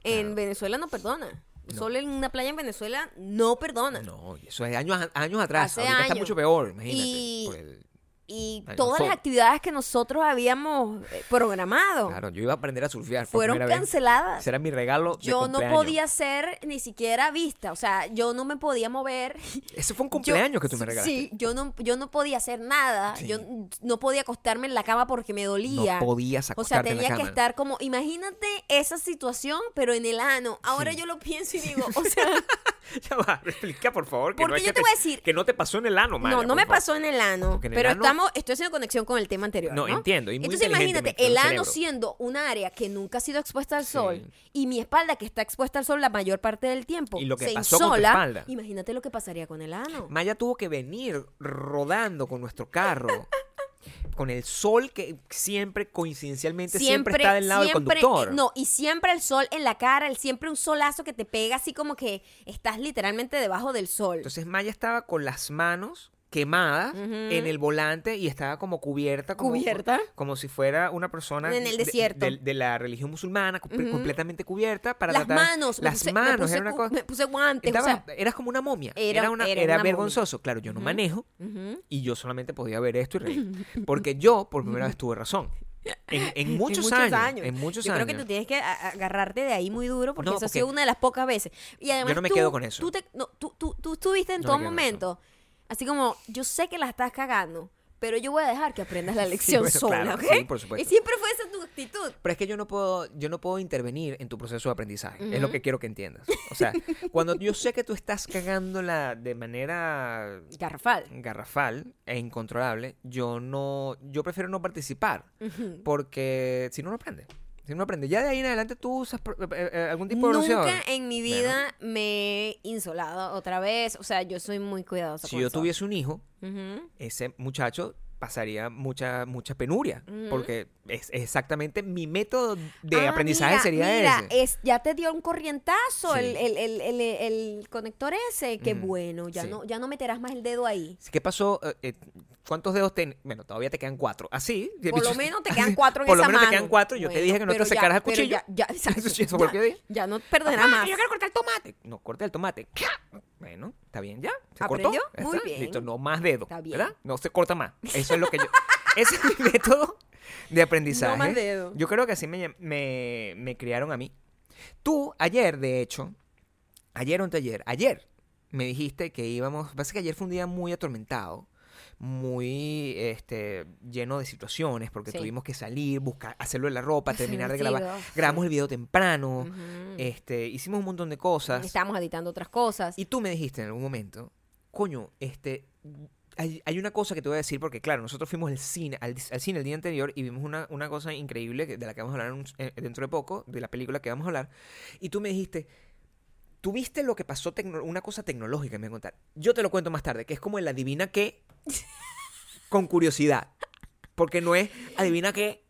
en Claro. Venezuela no perdona. El No. sol en una playa en Venezuela no perdona. No, y eso es años, años atrás. Hace Ahorita está años. mucho peor, imagínate. Y- por el- Y Ay, el todas sol. las actividades que nosotros habíamos eh, programado Claro, yo iba a aprender a surfear. por fueron primera vez. canceladas. Ese era mi regalo. de Yo no cumpleaños. podía ser ni siquiera vista, o sea, yo no me podía mover. Ese fue un Yo- cumpleaños que tú sí, me regalaste. Sí, yo no, yo no podía hacer nada. Sí. Yo no podía acostarme en la cama porque me dolía. No O podías sea, acostarte en la tenía que cama. estar como, imagínate esa situación, pero en el ano. Ahora yo lo pienso y digo, *laughs* o sea, Ya va, explica por favor. Que Porque no es yo que te voy a decir- Que no te pasó en el ano, Maya, no, no por me favor. pasó en el ano, Porque en el pero ano- estamos, estoy haciendo conexión con el tema anterior. No, No, entiendo, y muy Entonces inteligente imagínate, mi- el mi ano cerebro. siendo un área que nunca ha sido expuesta al Sí. sol y mi espalda que está expuesta al sol la mayor parte del tiempo Y lo que se pasó con tu insola, espalda. imagínate lo que pasaría con el ano. Maya tuvo que venir rodando con nuestro carro. con el sol que siempre coincidencialmente siempre, está del lado siempre- del conductor. No, y siempre el sol en la cara, el, siempre un solazo que te pega así como que estás literalmente debajo del sol. Entonces Maya estaba con las manos quemadas en el volante y estaba como cubierta como, Cubierta. como si fuera una persona En el de- desierto. de, de la religión musulmana com- completamente cubierta para las tratar- manos, me las puse, me manos puse era una cu- cosa me puse guantes, o Estaba- sea, eras como una momia. Era- Era, una- era era una vergonzoso. Claro, yo no manejo y yo solamente podía ver esto y *laughs* reír. Porque yo, por primera vez, tuve razón. En, en muchos, años, En muchos Yo años. creo que tú tienes que a- agarrarte de ahí muy duro porque No, eso ha porque- sido una de las pocas veces. Y además no me tú- quedo con eso. Tú, te- no, tú, tú- tú estuviste en No me todo quedo con eso. momento así como, yo sé que la estás cagando, pero yo voy a dejar que aprendas *laughs* la lección bueno, sola, claro, ¿ok? sí, por supuesto. Y siempre fue esa tu actitud. Pero es que yo no puedo, yo no puedo intervenir en tu proceso de aprendizaje. Es lo que quiero que entiendas. O sea, cuando yo sé que tú estás cagándola de manera Garrafal. garrafal e incontrolable, yo no, yo prefiero no participar porque si no no aprende, si no no aprende. Ya de ahí en adelante tú usas pro- eh, eh, algún tipo de Nunca bronceador. en mi Bueno. vida me he insolado otra vez. O sea, yo soy muy cuidadosa. Si con yo eso. tuviese un hijo, Ujú. ese muchacho pasaría mucha mucha penuria porque es es exactamente mi método de Ah, aprendizaje mira, sería mira, eh, ese. es- ya te dio un corrientazo Sí. el, el- el- el- el conector ese. Qué Ujú, bueno, ya, sí. no, ya no meterás más el dedo ahí. ¿Qué pasó? Eh, eh, ¿Cuántos dedos ten? Bueno, todavía te quedan cuatro. Así. Por lo *laughs* menos te quedan cuatro en Por lo esa menos mano. te quedan cuatro. Yo te Bueno, dije que no te pero ya- sacaras el pero cuchillo. Ya, ya, exacto. *laughs* Eso fue lo que dije. Ya no perderás Papá, más. Yo quiero cortar el tomate. No, corta el tomate. Bueno, está bien ya. ¿Se cortó? ¿Aprendió? Ya Muy está, bien. Listo, no más dedo. Está bien. ¿Verdad? No se corta más. Eso es lo que yo. ese es mi *laughs* método de aprendizaje. No más dedo. Yo creo que así me, llam- me, me criaron a mí. Tú, ayer, de hecho, ayer o anteayer, ayer me dijiste que íbamos. Pasa que ayer fue un día muy atormentado muy este lleno de situaciones porque Sí. tuvimos que salir buscar hacerlo en la ropa terminar de Sí, grabar no, sí. grabamos el video temprano Ujú. este, hicimos un montón de cosas. Estábamos editando otras cosas. Y tú me dijiste en algún momento, coño, este, hay, hay una cosa que te voy a decir, porque claro, nosotros fuimos al cine, al, al cine el día anterior y vimos una, una cosa increíble que- de la que vamos a hablar en un- eh, dentro de poco, de la película que vamos a hablar. Y tú me dijiste, tuviste lo que pasó, tecno- una cosa tecnológica, me voy a contar. Yo te lo cuento más tarde, que es como el *laughs* adivina qué con curiosidad. Porque no es adivina qué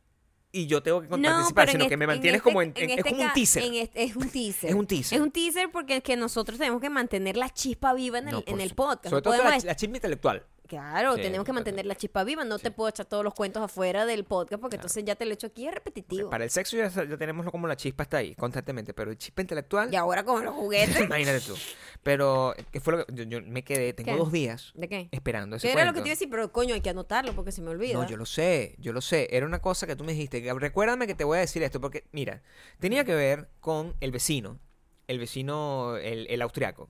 y yo tengo que No, participar, pero en sino que este- me en mantienes este- como en, en- este es como un ca- teaser. en este- es un teaser. Es un teaser. Es un teaser porque es que nosotros tenemos que mantener la chispa viva en el, No, en por el su- podcast. Sobre No todo podemos la, es- la chisme intelectual. Claro, Sí, tenemos que totalmente. mantener la chispa viva. No te puedo echar todos los cuentos afuera del podcast porque entonces ya te lo he hecho aquí es repetitivo. Para el sexo ya, sa- ya tenemos como la chispa está ahí constantemente, pero el chispa intelectual, Y ahora con los juguetes. *laughs* imagínate tú. Pero ¿qué fue lo que yo, yo me quedé? Tengo ¿Qué? dos días ¿De qué? esperando ese Que era lo que cuento. te iba a decir, pero coño, hay que anotarlo porque se me olvida. No, yo lo sé, yo lo sé. Era una cosa que tú me dijiste. Gab- Recuérdame que te voy a decir esto, porque, mira, tenía que ver con el vecino, el vecino, el, el austriaco,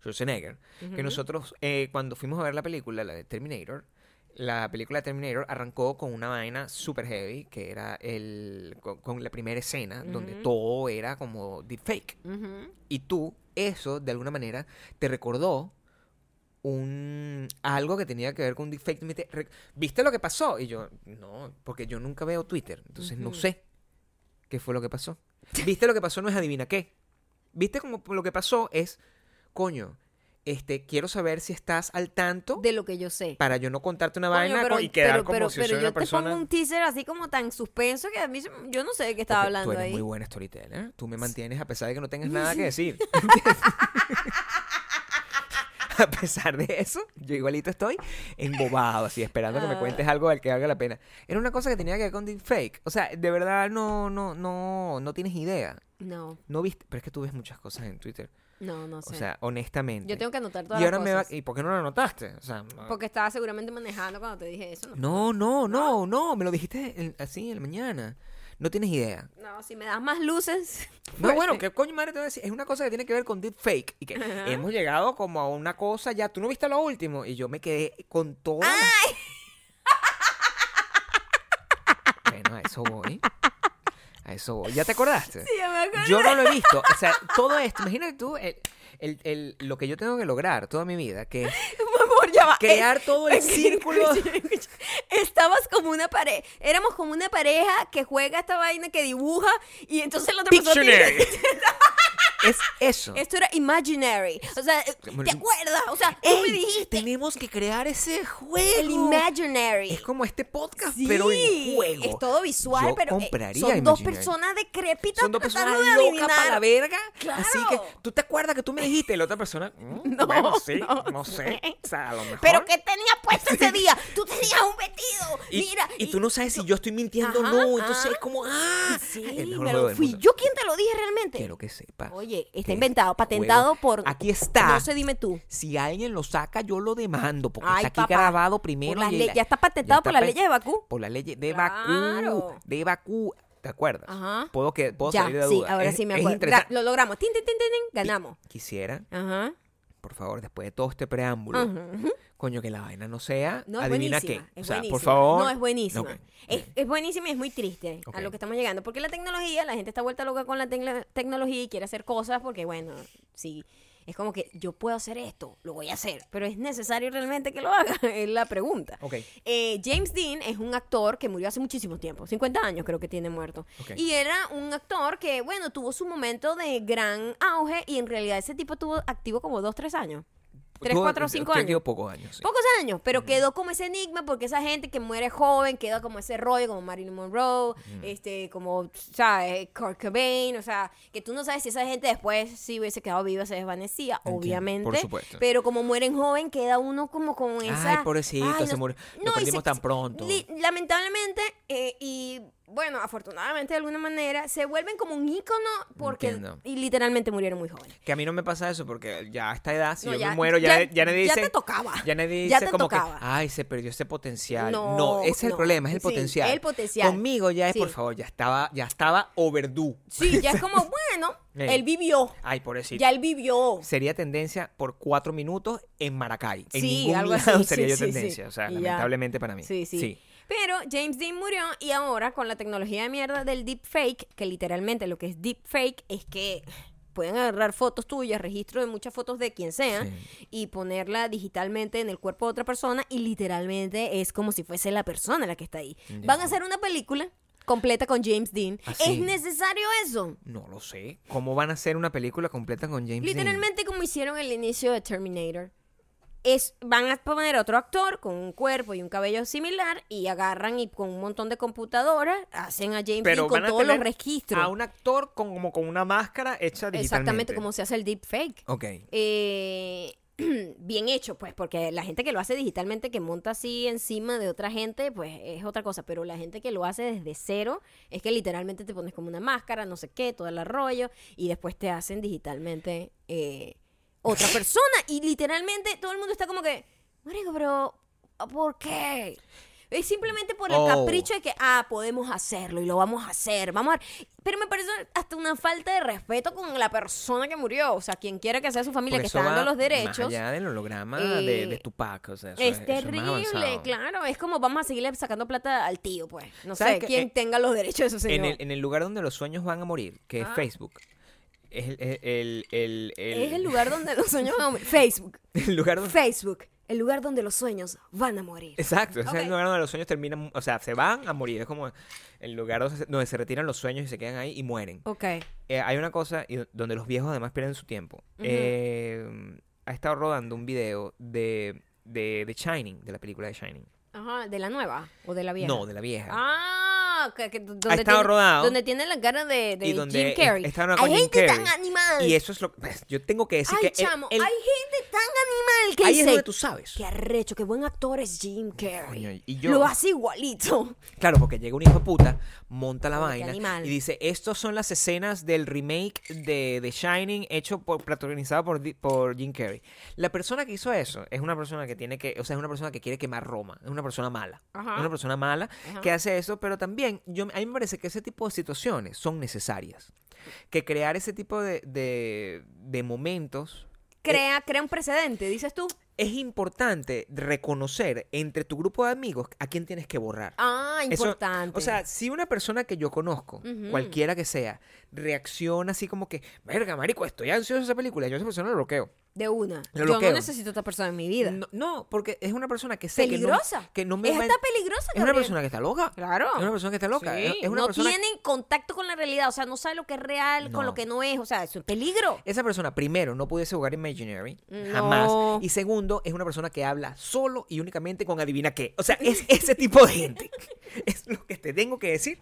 Schwarzenegger, que nosotros, eh, cuando fuimos a ver la película, la de Terminator, la película Terminator arrancó con una vaina super heavy, que era el con, con la primera escena, donde Ujú. todo era como deepfake. Ujú. Y tú, eso, de alguna manera, te recordó un algo que tenía que ver con deepfake. Me te- re- ¿Viste lo que pasó? Y yo, no, porque yo nunca veo Twitter, entonces no Ujú. sé qué fue lo que pasó. ¿Viste lo que pasó? No es adivina qué. ¿Viste como lo que pasó es, coño, este, quiero saber si estás al tanto De lo que yo sé. para yo no contarte una Coño, vaina co- y quedar como si pero soy yo una persona... te pongo un teaser así como tan suspenso que a mí se- yo no sé de qué estaba Porque hablando Tú eres ahí. muy buena storyteller. ¿eh? Tú me mantienes a pesar de que no *laughs* tengas nada que decir. *laughs* a pesar de eso, yo igualito estoy embobado, así esperando que me Ah. cuentes algo del que valga la pena. Era una cosa que tenía que ver con deepfake. O sea, de verdad no, no, no, no tienes idea. No, No viste, pero es que tú ves muchas cosas en Twitter. no, no O sé. sea, honestamente. yo tengo que anotar todas y ahora las me va, cosas. ¿y por qué no lo anotaste? O sea, Porque estaba seguramente manejando cuando te dije eso. No, no, no, no, no, me lo dijiste en- así en la mañana. No tienes idea. No, si me das más luces. *laughs* No, pues- bueno, ¿qué coño madre te voy a decir? Es una cosa que tiene que ver con deepfake. Y que Ajá. hemos llegado como a una cosa ya. Tú no viste lo último. Y yo me quedé con toda. la- *laughs* Bueno, a eso voy. A eso voy. ¿Ya te acordaste? Sí, ya me acuerdo. *laughs* Yo no lo he visto. O sea, todo esto. Imagínate tú el- el- el- lo que yo tengo que lograr toda mi vida, que *laughs* es Por favor, ya va. crear Eh, todo el *laughs* escucha, círculo. escucha, escucha. Estabas como una pareja. Éramos como una pareja que juega esta vaina, que dibuja. Y entonces la otra persona tiene- Dictionary. es eso. *laughs* Esto era imaginary. O sea, eh, ¿te Bueno, acuerdas? O sea, tú me Ey, dijiste Tenemos que crear ese juego. el imaginary. Es como este podcast, Sí, pero en juego. Es todo visual, Yo pero eh, compraría son dos Imaginary. personas decrépitas Son dos tratando personas de locas para la adivinar. verga. Claro. Así que, ¿tú te acuerdas que tú me dijiste? Y la otra persona, *laughs* mm, No, bueno, sí, no no, sé. sé. O sea, a lo mejor. Pero que tenía puesto ese *laughs* día. Tú tenías un vestido. y, Mira. y tú no sabes si yo estoy mintiendo o Ajá, no. Entonces ajá. es como, ah, Sí, el mejor juego pero del fui mundo. yo quien te lo dije realmente. Quiero que sepas. Oye, está que inventado, este patentado juego- por- Aquí está. No sé, dime tú. Si alguien lo saca, yo lo demando. Porque Ay, está aquí papá, grabado por primero. las y le- la- ya está patentado por las pe- leyes de Bakú. Por las leyes de Claro. Bakú. De Bakú. ¿Te acuerdas? Ajá. Puedo, que, puedo ya, salir de sí, duda. ahora Es- sí me es acuerdo. Ga- interesante. Lo logramos. Tin, tin, tin, tin, tin, ganamos. Quisiera Ajá. por favor, después de todo este preámbulo, Ujú. coño, que la vaina no sea, No, es adivina qué. buenísima. o es sea, buenísima. por favor. No, es buenísima. Ok. Es, es buenísima y es muy triste Ok. a lo que estamos llegando. Porque la tecnología, la gente está vuelta loca con la tecla- tecnología y quiere hacer cosas porque, bueno, sí. Es como que yo puedo hacer esto, lo voy a hacer, pero es necesario realmente que lo haga, *laughs* es la pregunta. Ok. Eh, James Dean es un actor que murió hace muchísimo tiempo, 50 años creo que tiene muerto. Ok. Y era un actor que, bueno, tuvo su momento de gran auge y en realidad ese tipo tuvo activo como 2, 3 años. 3, Tú- 4, 5 tú has años. tenido pocos años. sí. Pocos años, pero quedó como ese enigma porque esa gente que muere joven queda como ese rollo, como Marilyn Monroe, este, como, ¿sabes? Kurt Cobain, o sea, que tú no sabes si esa gente después si hubiese quedado viva se desvanecía, Entiendo, obviamente. por supuesto. Pero como mueren joven queda uno como con esa... Ay, pobrecito, Ay, se murió. Lo y perdimos tan pronto. li- lamentablemente, eh, y bueno, afortunadamente de alguna manera, se vuelven como un ícono porque... Entiendo. Y literalmente murieron muy *laughs* jóvenes. Que a mí no me pasa eso porque ya a esta edad, si No, yo ya- me muero, ya, ya- ya, nadie ya dice. te tocaba. Ya nadie Ya dice te como tocaba. que, ay, se perdió ese potencial. No, No, ese es el no. problema, es el Sí, potencial. el potencial. Conmigo ya es, Sí. por favor, ya estaba, ya estaba overdue. Sí, ya es como, bueno, Ey. él vivió. Ay, pobrecito. Ya él vivió. sería tendencia por cuatro minutos en Maracay. En Sí, ningún algo así, lado sí, sería yo sí, sí. tendencia. O sea, Y ya. lamentablemente para mí. Sí, sí, Pero James Dean murió y ahora con la tecnología de mierda del deepfake, que literalmente lo que es deepfake es que pueden agarrar fotos tuyas, registro de muchas fotos de quien sea Sí. y ponerla digitalmente en el cuerpo de otra persona y literalmente es como si fuese la persona la que está ahí. Ya. Van a hacer una película completa con James Dean. Ah, ¿Es sí. necesario eso? No lo sé. ¿Cómo van a hacer una película completa con James Dean? Literalmente como hicieron el inicio de Terminator. Es, van a poner otro actor con un cuerpo y un cabello similar y agarran y con un montón de computadoras hacen a James Dean Pero con van a todos los tener registros. A un actor con, como con una máscara hecha digitalmente. Exactamente como se hace el deepfake. Ok. Eh, *clears throat* bien hecho, pues, porque la gente que lo hace digitalmente, que monta así encima de otra gente, pues es otra cosa. Pero la gente que lo hace desde cero es que literalmente te pones como una máscara, no sé qué, todo el arroyo, y después te hacen digitalmente eh, otra persona. Y literalmente todo el mundo está como que, Marico, pero ¿por qué? Es simplemente por el Oh. capricho de que, ah, podemos hacerlo y lo vamos a hacer. Vamos a... Pero me parece hasta una falta de respeto con la persona que murió. O sea, quien quiera que sea su familia, Porque que eso está dando va los derechos. Más allá del holograma eh, de, de Tupac. O sea, eso Es eso más terrible, avanzado. claro. Es como vamos a seguirle sacando plata al tío, pues. No ¿Sabes sé qué? quién Eh, tenga los derechos de eso, señor. En el, en el lugar donde los sueños van a morir, que es Ah. Facebook. Es el, el, el, el- el- Es el lugar donde los sueños van a *laughs* morir. Facebook. el lugar donde. Facebook. El lugar donde los sueños van a morir. Exacto, ese es Ok. el lugar donde los sueños terminan, o sea, se van a morir, es como el lugar donde se, donde se retiran los sueños y se quedan ahí y mueren. Ok. Eh, hay una cosa y donde los viejos además pierden su tiempo. Ujú. Eh, ha estado rodando un video de, de, de Shining, de la película de Shining. Ajá, ¿de la nueva o de la vieja? No, de la vieja. Ah, que, que- donde estado tiene- rodado. Donde tiene la cara de, de y donde Jim Carrey. es- está una hay con Jim gente tan Carrey. animal. Y eso es lo que yo tengo que decir Ay, que el- chamo, el- hay gente tan animal que ahí es dice, donde tú sabes. qué arrecho, qué buen actor es Jim Carrey. Coño, y yo- Eh, Lo hace igualito. Claro, porque llega un hijo de puta, monta la Uy, qué vaina animal. y dice, "Estos son las escenas del remake de The Shining hecho por protagonizado por Di- por Jim Carrey." La persona que hizo eso es una persona que tiene que, o sea, es una persona que quiere quemar Roma, es una persona mala. Ajá. Es una persona mala Ajá. que hace eso, pero también yo a mí me parece que ese tipo de situaciones son necesarias. Que crear ese tipo de de, de momentos Crea, crea un precedente, dices tú. es importante reconocer entre tu grupo de amigos a quién tienes que borrar. Ah, Eso- importante. o sea, si una persona que yo conozco, Ujú. cualquiera que sea, reacciona así como que, verga, marico, estoy ansioso de esa película, yo a esa persona la bloqueo. de una. lo Yo no bloqueo. Mm, necesito a esta persona en mi vida. No, no, porque es una persona que sé peligrosa. que no, que no me Es va- hasta peligrosa, Es una Gabriel. persona que está loca. Claro. Es una persona que está loca. Sí, Es- es una no persona tienen contacto con la realidad, o sea, no sabe lo que es real con No. lo que no es, o sea, eso es peligro. Esa persona, primero, no pudiese jugar Imaginary, No. jamás. Y segundo, es una persona que habla solo y únicamente con adivina qué. O sea, es ese tipo de gente. *laughs* es lo que te tengo que decir.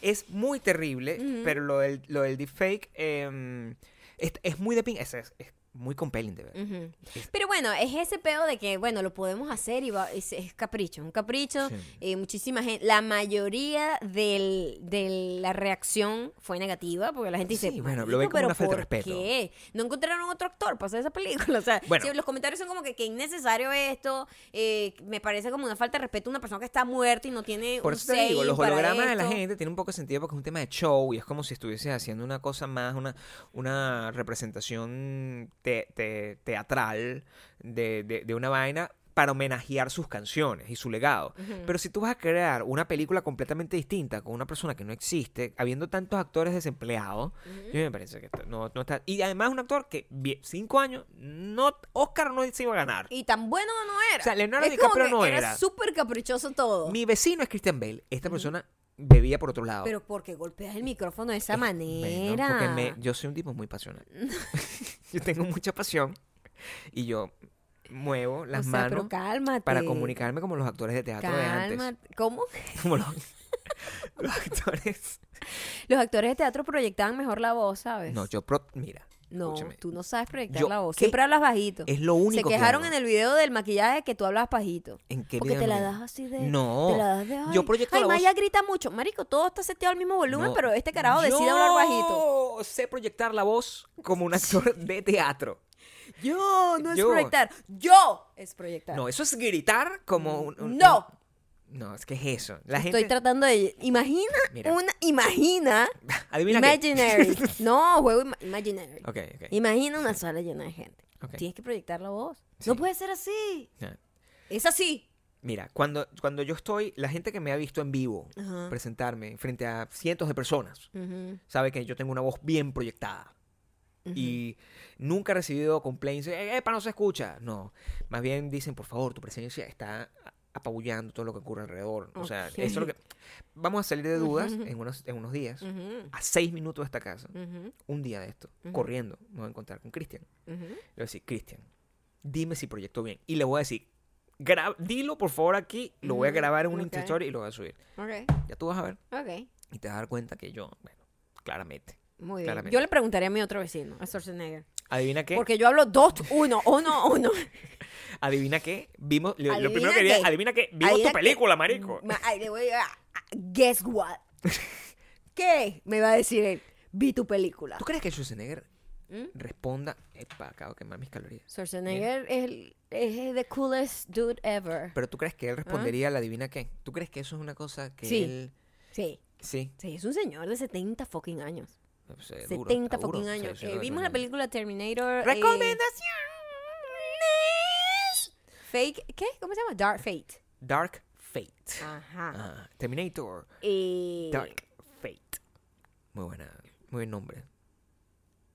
Es muy terrible, pero lo del, lo del deepfake eh, es, es muy de ping. Es, es- es muy compelling, de verdad. Ujú. Pero bueno, es ese peo de que, bueno, lo podemos hacer y va- es, es capricho, un capricho. Sí. eh, muchísima gente, la mayoría del- de la reacción fue negativa, porque la gente dice, Sí, bueno, lo "Marico, ven como pero una falta de ¿por respeto". qué? No encontraron otro actor para hacer esa película. *laughs* O sea, Bueno. si los comentarios son como que, que innecesario esto, eh, me parece como una falta de respeto a una persona que está muerta y no tiene Por un eso te digo, sello los para hologramas de la esto. gente tienen un poco de sentido porque es un tema de show y es como si estuvieses haciendo una cosa más, una, una representación te- te- teatral de, de- de una vaina para homenajear sus canciones y su legado. Pero si tú vas a crear una película completamente distinta con una persona que no existe, habiendo tantos actores desempleados, yo me parece que esto no, no está... Y además un actor que vie- cinco años, no Oscar no se iba a ganar. Y tan bueno no era. O sea, Leonardo Es como DiCaprio que no Era era. súper caprichoso todo. Mi vecino es Christian Bale. Esta persona bebía por otro lado. Pero porque golpeas el micrófono de esa Ah, Bueno, manera. porque me- yo soy un tipo muy pasional. *laughs* yo tengo mucha pasión y yo muevo las o sea, manos pero cálmate. para comunicarme como los actores de teatro de antes. Cálmate. ¿Cómo? *laughs* Como los, *laughs* los actores. Los actores de teatro proyectaban mejor la voz, ¿sabes? No, yo. pro- mira. Pues. No, escúchame. tú no sabes proyectar Yo- la voz. ¿qué? Siempre hablas bajito. Es lo único Se quejaron que en el video del maquillaje que tú hablabas bajito. ¿En qué Porque video te la me- das así de. No. Te la das de. ay, Yo proyecto ay, la voz- Maya grita mucho. Marico, todo está seteado al mismo volumen, No. pero este carajo decide hablar bajito. Yo sé proyectar la voz como *laughs* un actor de teatro. Yo, no es Yo. proyectar. Yo es proyectar. No, eso es gritar como un. un- No. un- no, es que es eso. La Estoy gente. tratando de. Imagina Mira. una. Imagina. *laughs* Adivina qué. *laughs* Imaginary. no, juego ima- Imaginary. Ok, ok. Imagina una sala llena de gente. Ok. Tienes que proyectar la voz. Sí. No puede ser así. Ah. Es así. Mira, cuando, cuando yo estoy, la gente que me ha visto en vivo Ajá. presentarme frente a cientos de personas Ujú. sabe que yo tengo una voz bien proyectada. Y nunca he recibido complaints, "Eh, epa, no se escucha. No, más bien dicen, por favor, tu presencia está apabullando todo lo que ocurre alrededor. O sea, Ok. eso es lo que... Vamos a salir de dudas en, unos, en unos días, Ujú, a seis minutos de esta casa, ujú, un día de esto, corriendo, me voy a encontrar con Cristian. ujú. Le voy a decir, Cristian, dime si proyecto bien. Y le voy a decir, "Gra- dilo por favor aquí, lo voy a Ujú, grabar en un ok. Insta Story y lo voy a subir. Ok, Ya tú vas a ver ok. y te vas a dar cuenta que yo, bueno, claramente. Muy bien. Claramente. Yo le preguntaría a mi otro vecino, a Schwarzenegger. ¿Adivina qué? Porque yo hablo dos, uno, *laughs* uno, uno. ¿Adivina qué? Vimos, le- ¿Adivina lo primero que dije, qué? adivina qué, vimos Adivina tu qué. Mm, película, marico. Ma- ay, le voy a- a- Guess *laughs* what? ¿Qué? Me va a decir él. Vi tu película. ¿Tú crees que Schwarzenegger ¿Mm? responda, epa, acabo de quemar mis calorías. Schwarzenegger es, el- es the coolest dude ever. Pero tú crees que él respondería a la divina qué? ¿Tú crees que eso es una cosa que Sí. él... Sí, Sí. sí, es un señor de 70 fucking años. pues, eh, 70 duro, está duro. fucking Sí, años. sí, Eh, duro, vimos duro. la película Terminator. eh, ¡Recomendaciones! fake, ¿qué? ¿Cómo se llama? Dark Fate. Dark Fate. Ajá. Ah, Terminator. Eh, Dark Fate. Muy buena. Muy buen nombre.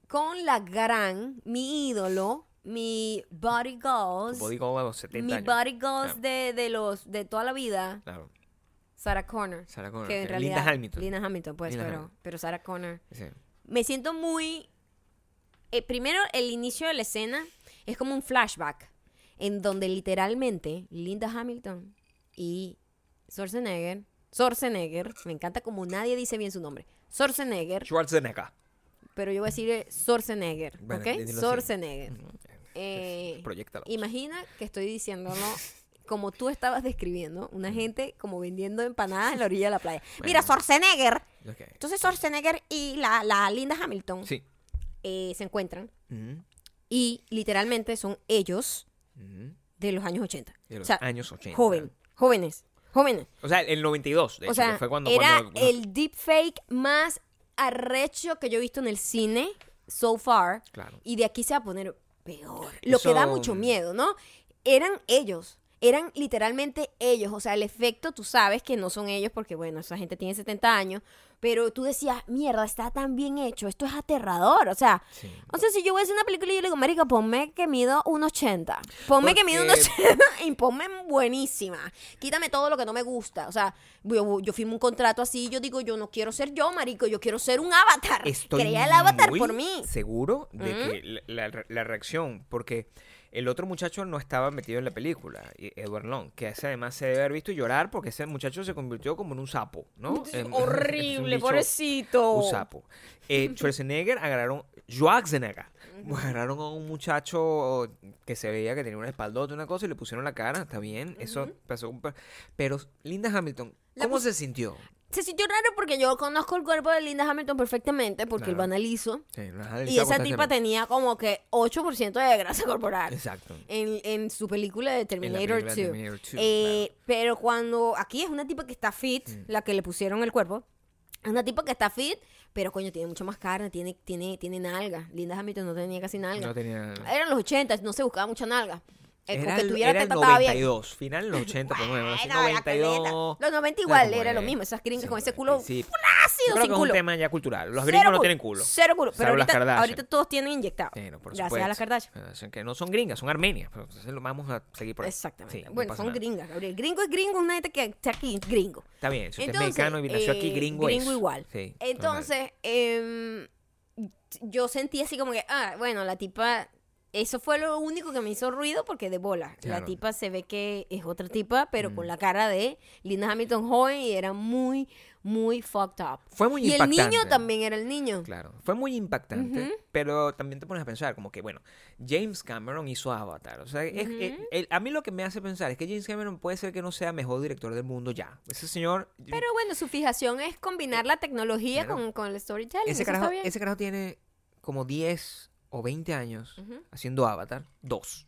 Con la gran, mi ídolo, mi body goals, Body Goal a los 70 mi años. body goals Claro. de, de los de toda la vida, Claro. Sarah Connor. Sarah Connor, Que en que- realidad, Linda Hamilton. Linda Hamilton, pues, Linda pero, Hamilton. pero Sarah Connor. Sí. Me siento muy. eh, primero, el inicio de la escena es como un flashback en donde literalmente Linda Hamilton y Schwarzenegger, Schwarzenegger, me encanta como nadie dice bien su nombre, Schwarzenegger, Schwarzenegger. pero yo voy a decir eh, Schwarzenegger, Bueno, ¿ok? dilo así. Schwarzenegger. Eh, Eh, Proyectalo. Imagina que estoy diciéndolo como tú estabas describiendo, una gente como vendiendo empanadas en la orilla de la playa. Mira, Schwarzenegger. Ok. Entonces Schwarzenegger y la, la Linda Hamilton Sí. eh, se encuentran Ujú, y literalmente son ellos ujú. de los años 80. De o los sea, años 80. joven, jóvenes, jóvenes. O sea, el 92, o de hecho, sea, que fue cuando... era cuando- el deepfake más arrecho que yo he visto en el cine so far. Claro. Y de aquí se va a poner peor. Lo Eso- mm. que da mucho miedo, ¿no? Eran ellos. Eran literalmente ellos. O sea, el efecto, tú sabes que no son ellos porque, bueno, esa gente tiene 70 años. Pero tú decías, mierda, está tan bien hecho. Esto es aterrador. O sea, Sí. o sea, si yo voy a hacer una película y yo le digo, marica, ponme que mido 1,80. Ponme que mido Porque- 1,80 *laughs* y ponme buenísima. Quítame todo lo que no me gusta. O sea, yo, yo firmo un contrato así y yo digo, yo no quiero ser yo, marico, yo quiero ser un avatar. Estoy Crea el avatar muy por *laughs* mí. Mm. seguro de que la, la- la reacción, porque el otro muchacho no estaba metido en la película, e- Edward Long, que ese además se debe haber visto llorar porque ese muchacho se convirtió como en un sapo, ¿no? *laughs* En- *laughs* en un Horrible, bicho- pobrecito. Un sapo. *laughs* Eh, Schwarzenegger agarraron, Schwarzenegger, agarraron a un muchacho que se veía que tenía una espaldota, una cosa, y le pusieron la cara, está bien, eso pasó. un pa- Pero Linda Hamilton, La ¿cómo pus- se sintió? Se sintió raro porque yo conozco el cuerpo de Linda Hamilton perfectamente porque Claro. lo analizo. Sí, lo has Y analizado esa tipa constantemente. tenía como que 8% de grasa corporal. Exacto. en, en su película de Terminator película de 2. Terminator 2, Eh, Pero cuando aquí es una tipa que está fit, la que le pusieron el cuerpo, es una tipa que está fit, pero coño, tiene mucho más carne, tiene, tiene, tiene nalga. Linda Hamilton no tenía casi nalga. No tenía. Eran los 80, no se buscaba mucha nalga. Eh, con Era, que el- tuviera era el teta estaba bien. 92, final de los 80, pues bueno, así, Bueno, la 92. coleta. Los 90 igual, como era lo es. mismo, esas gringas con ese sí, culo sí. Yo flácido, creo sin que es un culo. tema ya cultural. Los Cero gringos no tienen culo. Cero culo. Pero Salvo las ahorita, Kardashian. ahorita todos tienen inyectado. Sí, no, por gracias supuesto. a las Kardashian. Kardashian, Que no son gringas, son armenias. Pero entonces lo vamos a seguir por ahí. Exactamente. Sí, no bueno, pasa son nada. gringas, Gabriel. Gringo es gringo, una gente que está aquí, gringo. Está bien, si usted es Entonces, mexicano y nació aquí, eh, gringo, gringo es. igual. Sí, normal. Entonces, em, yo sentí así como que, ah, bueno, la tipa, eso fue lo único que me hizo ruido porque de bola. La Claro. Mm. tipa se ve que es otra tipa, pero con la cara de Linda Hamilton joven y era muy, muy fucked up. Fue muy y impactante. el niño también era el niño. Claro, fue muy impactante, pero también te pones a pensar como que, bueno, James Cameron hizo Avatar. O sea, es- es- el- a mí lo que me hace pensar es que James Cameron puede ser que no sea mejor director del mundo ya. Ese señor, Pero bueno, su fijación es combinar la tecnología Claro. con, con el storytelling. ese, eso carajo, está bien. ese carajo tiene como 10 o 20 años haciendo Avatar 2.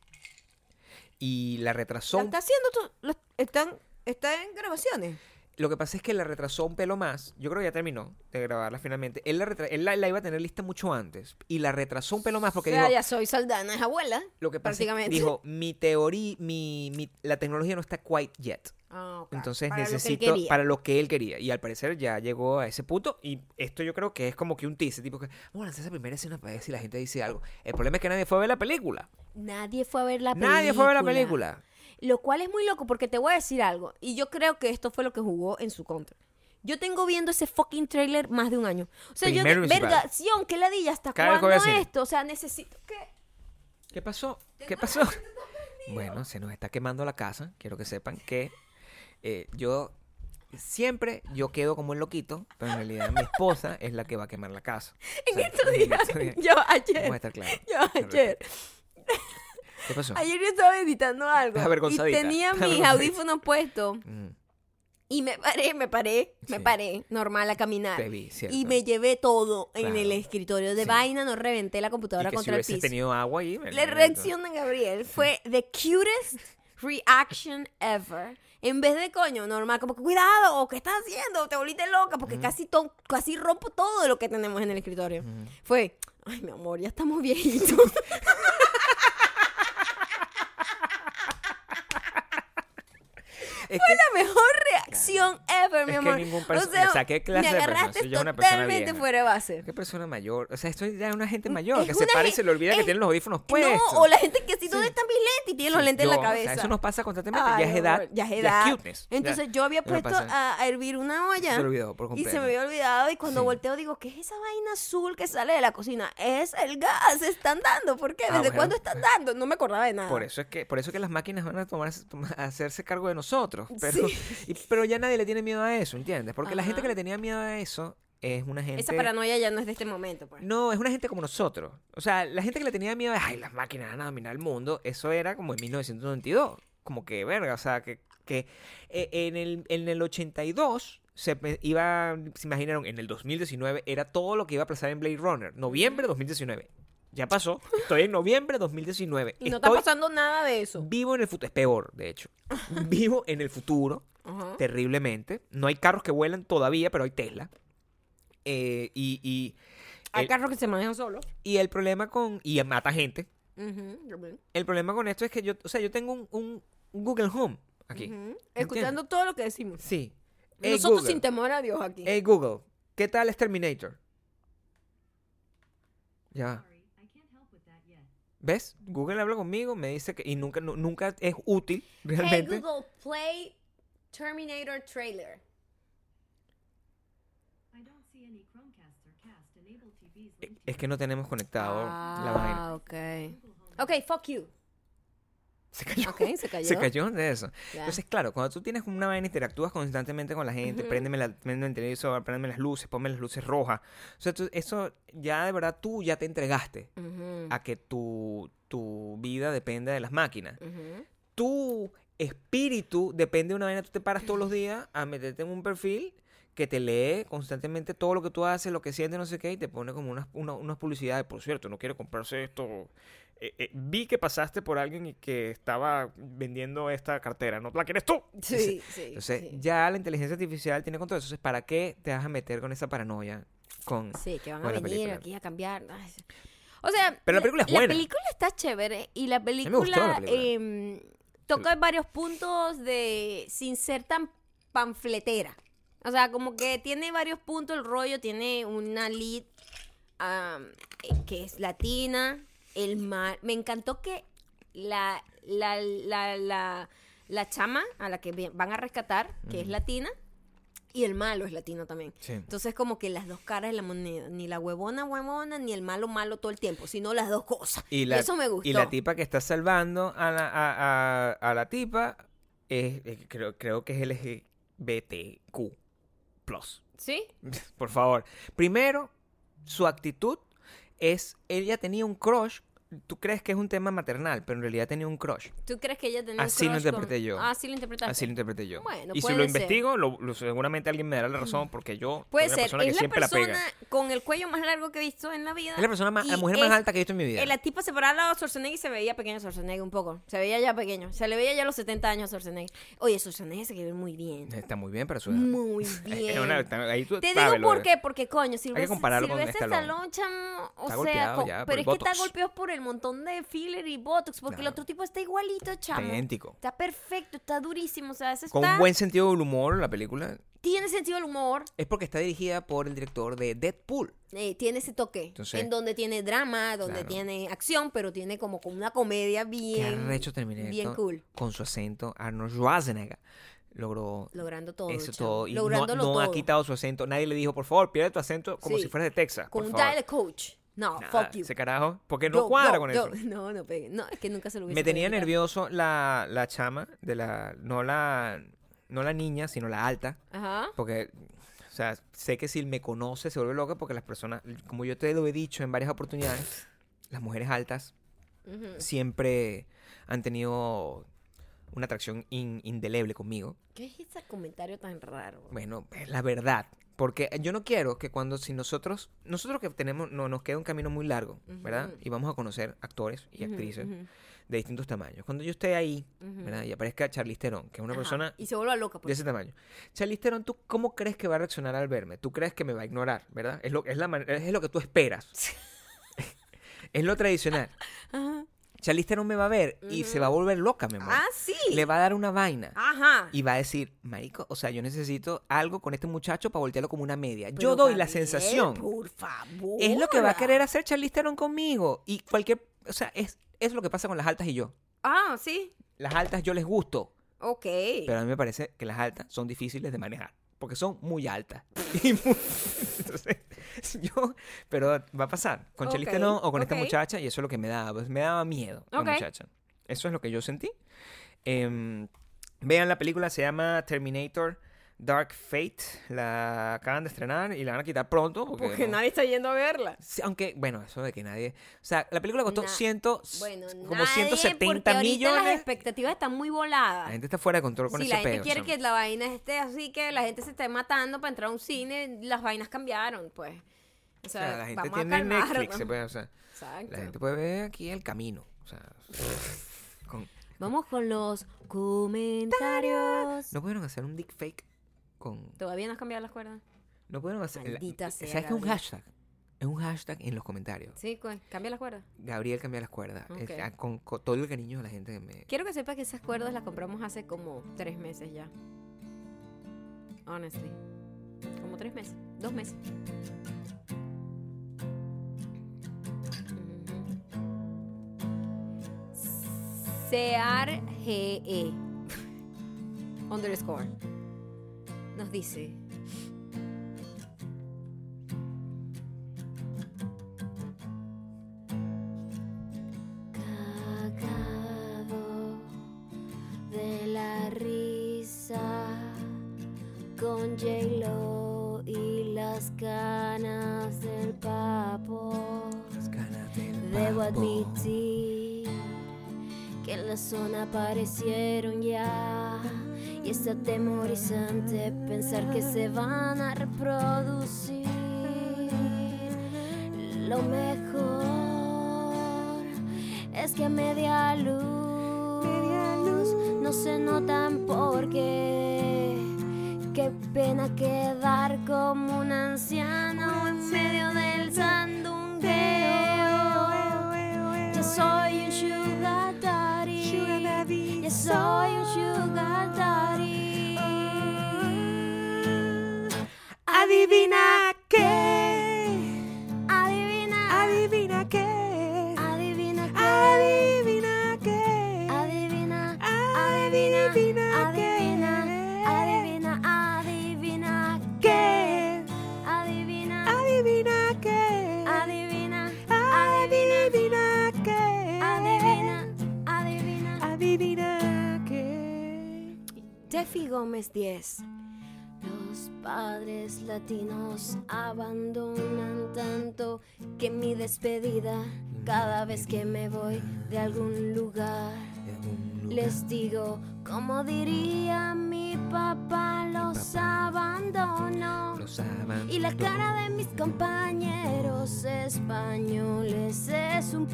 Y la retrasó. La un- está haciendo tú- lo- están, está en grabaciones. Lo que pasa es que la retrasó un pelo más. Yo creo que ya terminó de grabarla finalmente. Él la, retra- él la, la iba a tener lista mucho antes. Y la retrasó un pelo más porque o sea, dijo, ya soy Saldana, es abuela. Lo que pasa es que prácticamente. dijo, mi teoría, mi, mi- la tecnología no está quite yet. Ah, ok. Entonces Para lo que él necesito quería. para lo que él quería. Y al parecer ya llegó a ese punto. Y esto yo creo que es como que un teaser. Tipo que, vamos a lanzar esa primera escena para ver si la gente dice algo. El problema es que nadie fue a ver la película. Nadie fue a ver la película. Nadie fue a ver la película. Lo cual es muy loco porque te voy a decir algo. Y yo creo que esto fue lo que jugó en su contra. Yo tengo viendo ese fucking trailer más de un año. O sea, Primero yo. y de- Verga, principal. Sion, ¿qué ladilla hasta Cada vez que cuándo voy al cine. esto? O sea, necesito que. ¿Qué pasó? ¿Qué pasó? *laughs* Bueno, se nos está quemando la casa. Quiero que sepan que eh, yo siempre yo quedo como el loquito, pero en realidad mi esposa es la que va a quemar la casa. O *laughs* En sea, estos días. estos *laughs* días- Yo Vamos a ayer. estar claros. Yo Al ayer. ¿Qué pasó? Ayer yo estaba editando algo. Estás Y avergonzadita. tenía Estás mis avergonzadita. audífonos puestos. Mm. Y me paré, me paré, me Sí. paré, normal a caminar. Te vi, cierto. ah, Y me llevé todo en Claro. el escritorio de Sí. vaina, no reventé la computadora y que si contra el hubiese piso. tenido agua ahí. me- La reacción de Gabriel *laughs* fue the cutest reaction ever. En vez de coño, normal, como que cuidado, o qué estás haciendo, te volviste loca, porque casi, to- casi rompo todo lo que tenemos en el escritorio. Fue, ay, mi amor, ya estamos viejitos. *laughs* Es fue la mejor reacción ever, mi Es que amor. ningún o perso- sea, o sea, ¿qué clase de me persona? agarraste Soy yo una persona totalmente vieja. fuera de base. Qué persona mayor. O sea, esto ya es una gente mayor es que se una para y gen- se le olvida es- que tiene los audífonos No, puestos. o la gente que así, Sí. ¿dónde están mis lentes? Y tiene los Sí, lentes en yo, la o sea, cabeza. eso nos pasa constantemente. Ay, ya es edad. amor, Ya es edad. cuteness. Ya- Entonces yo había ya no puesto pasa. a, a hervir una olla. Se me olvidó por y se completo. me había olvidado. Y cuando Sí. volteo digo, ¿qué es esa vaina azul que sale de la cocina? Es el gas. Están dando. ¿Por qué? Ah, ¿Desde bueno. cuándo están dando? No me acordaba de nada. Por eso es que, por eso es que las máquinas van a tomarse- toma- *laughs* a hacerse cargo de nosotros. Pero, Sí. y- pero ya nadie le tiene miedo a eso, ¿entiendes? Porque la gente Ajá. que le tenía miedo a eso es una gente. Esa paranoia ya no es de este momento. pues. No, es una gente como nosotros. O sea, la gente que le tenía miedo a, ay, las máquinas van a dominar el mundo, eso era como en 1992. Como que, verga, o sea, que, que eh, en, el, en el 82 se pe- iba, se imaginaron, en el 2019 era todo lo que iba a pasar en Blade Runner. Noviembre 2019. Ya pasó. Estoy en noviembre 2019. Y no está Estoy pasando nada de eso. vivo en el futuro. Es peor, de hecho. Vivo en el futuro Ajá. terriblemente. No hay carros que vuelan todavía, pero hay Tesla. Eh, y, y, Hay el- carros que se manejan solos. y el problema con. Y mata gente. Ujú, yo ven. El problema con esto es que yo. O sea, yo tengo un, un- un Google Home aquí. Ujú. Escuchando todo lo que decimos. Sí. Hey, Nosotros Google. sin temor a Dios aquí. Hey, Google. ¿Qué tal es Terminator? Ya. va. ¿Ves? Google habla conmigo, me dice que. Y nunca, nu- nunca es útil Hey realmente. Google, play Terminator trailer. es que no tenemos conectado Ah. la vaina. ok. Ok, fuck you. Se cayó. Ok, se cayó. *laughs* Se cayó de eso. Ya. Entonces, claro, cuando tú tienes como una vaina, interactúas constantemente con la gente, préndeme, la, préndeme el televisor, préndeme las luces, ponme las luces rojas. O sea, tú- eso ya de verdad tú ya te entregaste Ujú, a que tu, tu vida dependa de las máquinas. ujú. Tu espíritu depende de una vaina. Tú te paras todos los días a meterte en un perfil que te lee constantemente todo lo que tú haces, lo que sientes, no sé qué, y te pone como unas, una- unas publicidades. Por cierto, no quiero comprarse esto. Eh, eh, vi que pasaste por alguien y que estaba vendiendo esta cartera. ¿No la quieres tú? Sí, sí. Entonces, sí. ya la inteligencia artificial tiene control. Entonces, ¿para qué te vas a meter con esa paranoia? Con... Sí, que van a con la venir película. aquí a cambiar. Ay, sí. O sea, Pero la película es buena. La película está chévere y la gustó película, la película. em, toca varios puntos de sin ser tan panfletera. O sea, como que tiene varios puntos el rollo, tiene una lead am, eh, que es latina, el mar. Me encantó que la, la, la, la, la chama a la que vi- van a rescatar, que es latina, y el malo es latino también. Sí. Entonces como que las dos caras de la moneda, ni la huevona huevona, ni el malo malo todo el tiempo, sino las dos cosas. Y, la, eso me gustó. Y la tipa que está salvando a la, a, a- a la tipa, es, eh, creo, creo que es LGBTQ. Plus. *laughs* ¿Sí? Por favor. Primero, su actitud es. Ella tenía un crush. Tú crees que es un tema maternal, pero en realidad tenía un crush. ¿Tú crees que ella tenía un Así lo crush con- interpreté yo. Ah, Así lo interpretaste. Así lo interpreté yo. Bueno, y si puede lo ser. investigo, lo- lo- seguramente alguien me dará la razón porque yo Puede soy ser, una persona que es la siempre la persona pega. con el cuello más largo que he visto en la vida. Es la persona más, la y mujer más es- alta que he visto en mi vida. eh, La tipa se paraba al lado de Schwarzenegger y se veía pequeño Schwarzenegger un poco. Se veía ya pequeño. Se le veía ya a los 70 años a Schwarzenegger. Oye, Schwarzenegger se ve muy bien. Está muy bien, pero su Muy *laughs* Es una- bien. ahí tú Te digo sabes lo por de- qué, porque coño, si que ves compararlo con Stallone. Stallone, chamo, o Está sea, golpeado co- ya por pero el es que está Botox. golpeado por el montón de filler y botox, porque el Claro. otro tipo está igualito, chamo. idéntico. Está perfecto, está durísimo, o sea, ese Con está un buen sentido del humor la película. tiene sentido el humor, Es porque está dirigida por el director de Deadpool. eh, tiene ese toque, Entonces- en donde tiene drama, donde Claro. tiene acción, pero tiene como, como una comedia Que bien ha hecho Terminator. bien cool, Con su acento Arnold Schwarzenegger. Logró logrando todo, eso chamo, todo. Y no, lográndolo no ha todo. quitado su acento. Nadie le dijo, por favor, pierde tu acento como Sí. si fueras de Texas. con por un favor. dialect coach. No, Nada, fuck you. Ese carajo. Porque Yo, no cuadra yo, con yo. *laughs* eso. No, no pegué. No, es que nunca se lo hubiese Me tenía podido quitar. nervioso la, la chama de la. No la. No la niña, sino la alta. Ajá. Porque, o sea, sé que si me conoce se vuelve loca porque las personas, como yo te lo he dicho en varias oportunidades, las mujeres altas Ujú. siempre han tenido una atracción in- indeleble conmigo. ¿Qué es ese comentario tan raro? Bueno, es la verdad. Porque yo no quiero que cuando, si nosotros, nosotros que tenemos, no, nos queda un camino muy largo, ¿verdad? Ujú. Y vamos a conocer actores y Ujú, actrices ujú, de distintos tamaños. Cuando yo esté ahí, ujú. ¿verdad? Y aparezca Charlize Theron, que es una Ajá, persona Y se vuelva loca. pues. de Porque... ese tamaño. Charlize Theron, ¿tú cómo crees que va a reaccionar al verme? ¿Tú crees que me va a ignorar, verdad? Es lo, es la man- es lo que *laughs* tú esperas. es lo tradicional. Ajá. Charlize Theron me va a ver y se va a volver loca, mi amor. Ah, sí. Le va a dar una vaina. Ah. Ajá. Y va a decir, marico, o sea, yo necesito algo con este muchacho para voltearlo como una media. Pero, yo doy la Gabriel, sensación. Por favor. Es lo que va a querer hacer Charlize Theron conmigo. Y cualquier... O sea, es, es lo que pasa con las altas y yo. Ah, sí. Las altas yo les gusto, Ok. pero a mí me parece que las altas son difíciles de manejar. Porque son muy altas. *laughs* Y muy- Entonces, yo... Pero va a pasar. Con Charlize Ok, Theron o con esta ok. muchacha. Y eso es lo que me daba. Pues me daba miedo la Ok. muchacha. Eso es lo que yo sentí. Em, vean la película, se llama Terminator Dark Fate. La acaban de estrenar y la van a quitar pronto. Porque, Porque no- nadie está yendo a verla. Sí, Aunque, bueno, eso de que nadie. O sea, la película costó Na- 100, Bueno, como nadie, 170 porque ahorita Las millones. expectativas están muy La voladas. gente está fuera de control con si ese la gente pedo, quiere chamo. que la vaina esté así, que la gente se esté matando para entrar a un cine, las vainas cambiaron, pues. O O sea, sea, la gente vamos a tiene calmarnos. Netflix. se puede- o sea, Exacto. la gente puede ver aquí el camino. O sea, con- Vamos con los comentarios. no pudieron hacer un dick fake con. Todavía no has cambiado las cuerdas. No pudieron hacer. la- Maldita sea, ¿Sabes qué es un Gabriel. hashtag? Es un hashtag en los comentarios. Sí, cu- cambia las cuerdas. Gabriel cambia las cuerdas. Es- Ok. ah, con, con todo el cariño de la gente que me. Quiero que sepas que esas cuerdas las compramos hace como tres meses ya. Honestly. Como tres meses. Dos meses. CRGE underscore nos dice cagado de la risa con J-Lo y las canas del papo. Las ganas del Debo papo. admitir que en la zona aparecieron ya. Y es atemorizante pensar que se van a reproducir. Lo mejor es que a media luz, no se notan porque qué pena quedar como un anciano en medio del sandungueo. Ya soy un sugar daddy, ya soy un sugar daddy. adivina Adivina, adivina qué adivina, adivina qué adivina, adivina adivina, adivina, adivina, qué adivina. adivina qué Adivina, Adivina qué. adivina, adivina. Adivina qué. Tefi Gómez 10. Los padres latinos abandonan tanto que mi despedida, cada vez que me voy de algún lugar, les digo, como diría mi papá, los abandono. Los abandono. Y la cara de mis compañeros españoles es un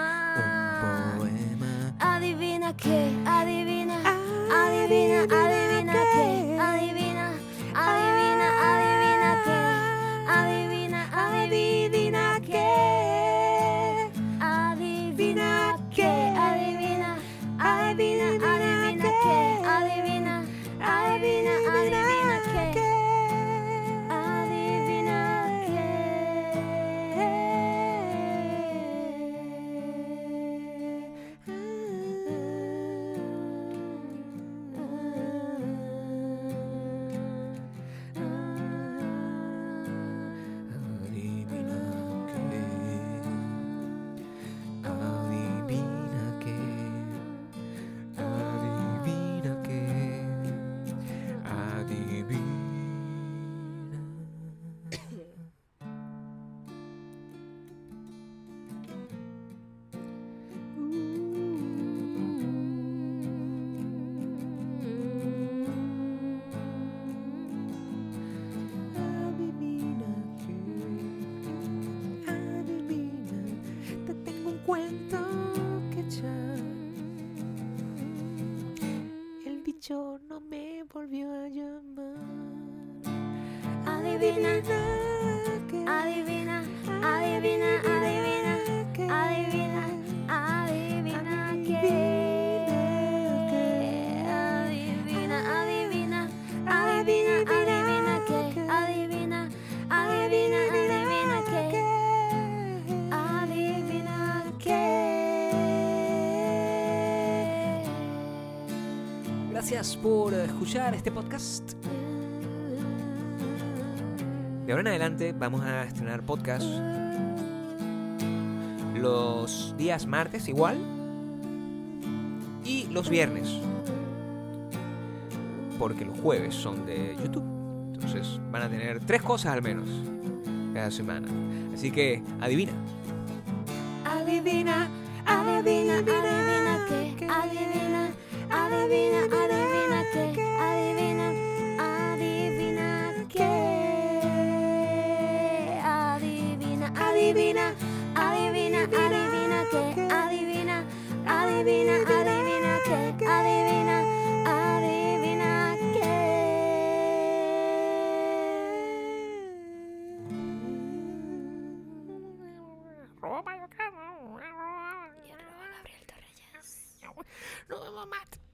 poema. Un poema. Adivina qué, adivina, adivina, Ah, adivina qué, adivina, adivina, adivina qué, adivina, adivina qué, Ah, adivina qué, adivina, adivina, adivina qué, adivina, adivina, adivina qué, adivina qué. Mm-hmm. El bicho no me volvió a llamar. Adivina, adivina, adivina, adivina, adivina, adivina que. Adivina, adivina, adivina, adivina que. Adivina, adivina, adivina que. Adivina que. Gracias por escuchar este podcast. De ahora en adelante vamos a estrenar podcast los días martes igual y los viernes. Porque los jueves son de YouTube. Entonces van a tener tres cosas al menos cada semana. Así que adivina. Adivina, adivina, adivina que, adivina, adivina, adivina que, adivina, adivina que, adivina, adivina, adivina, adivina que, adivina, adivina, adivina que, adivina, adivina que. No, mamá.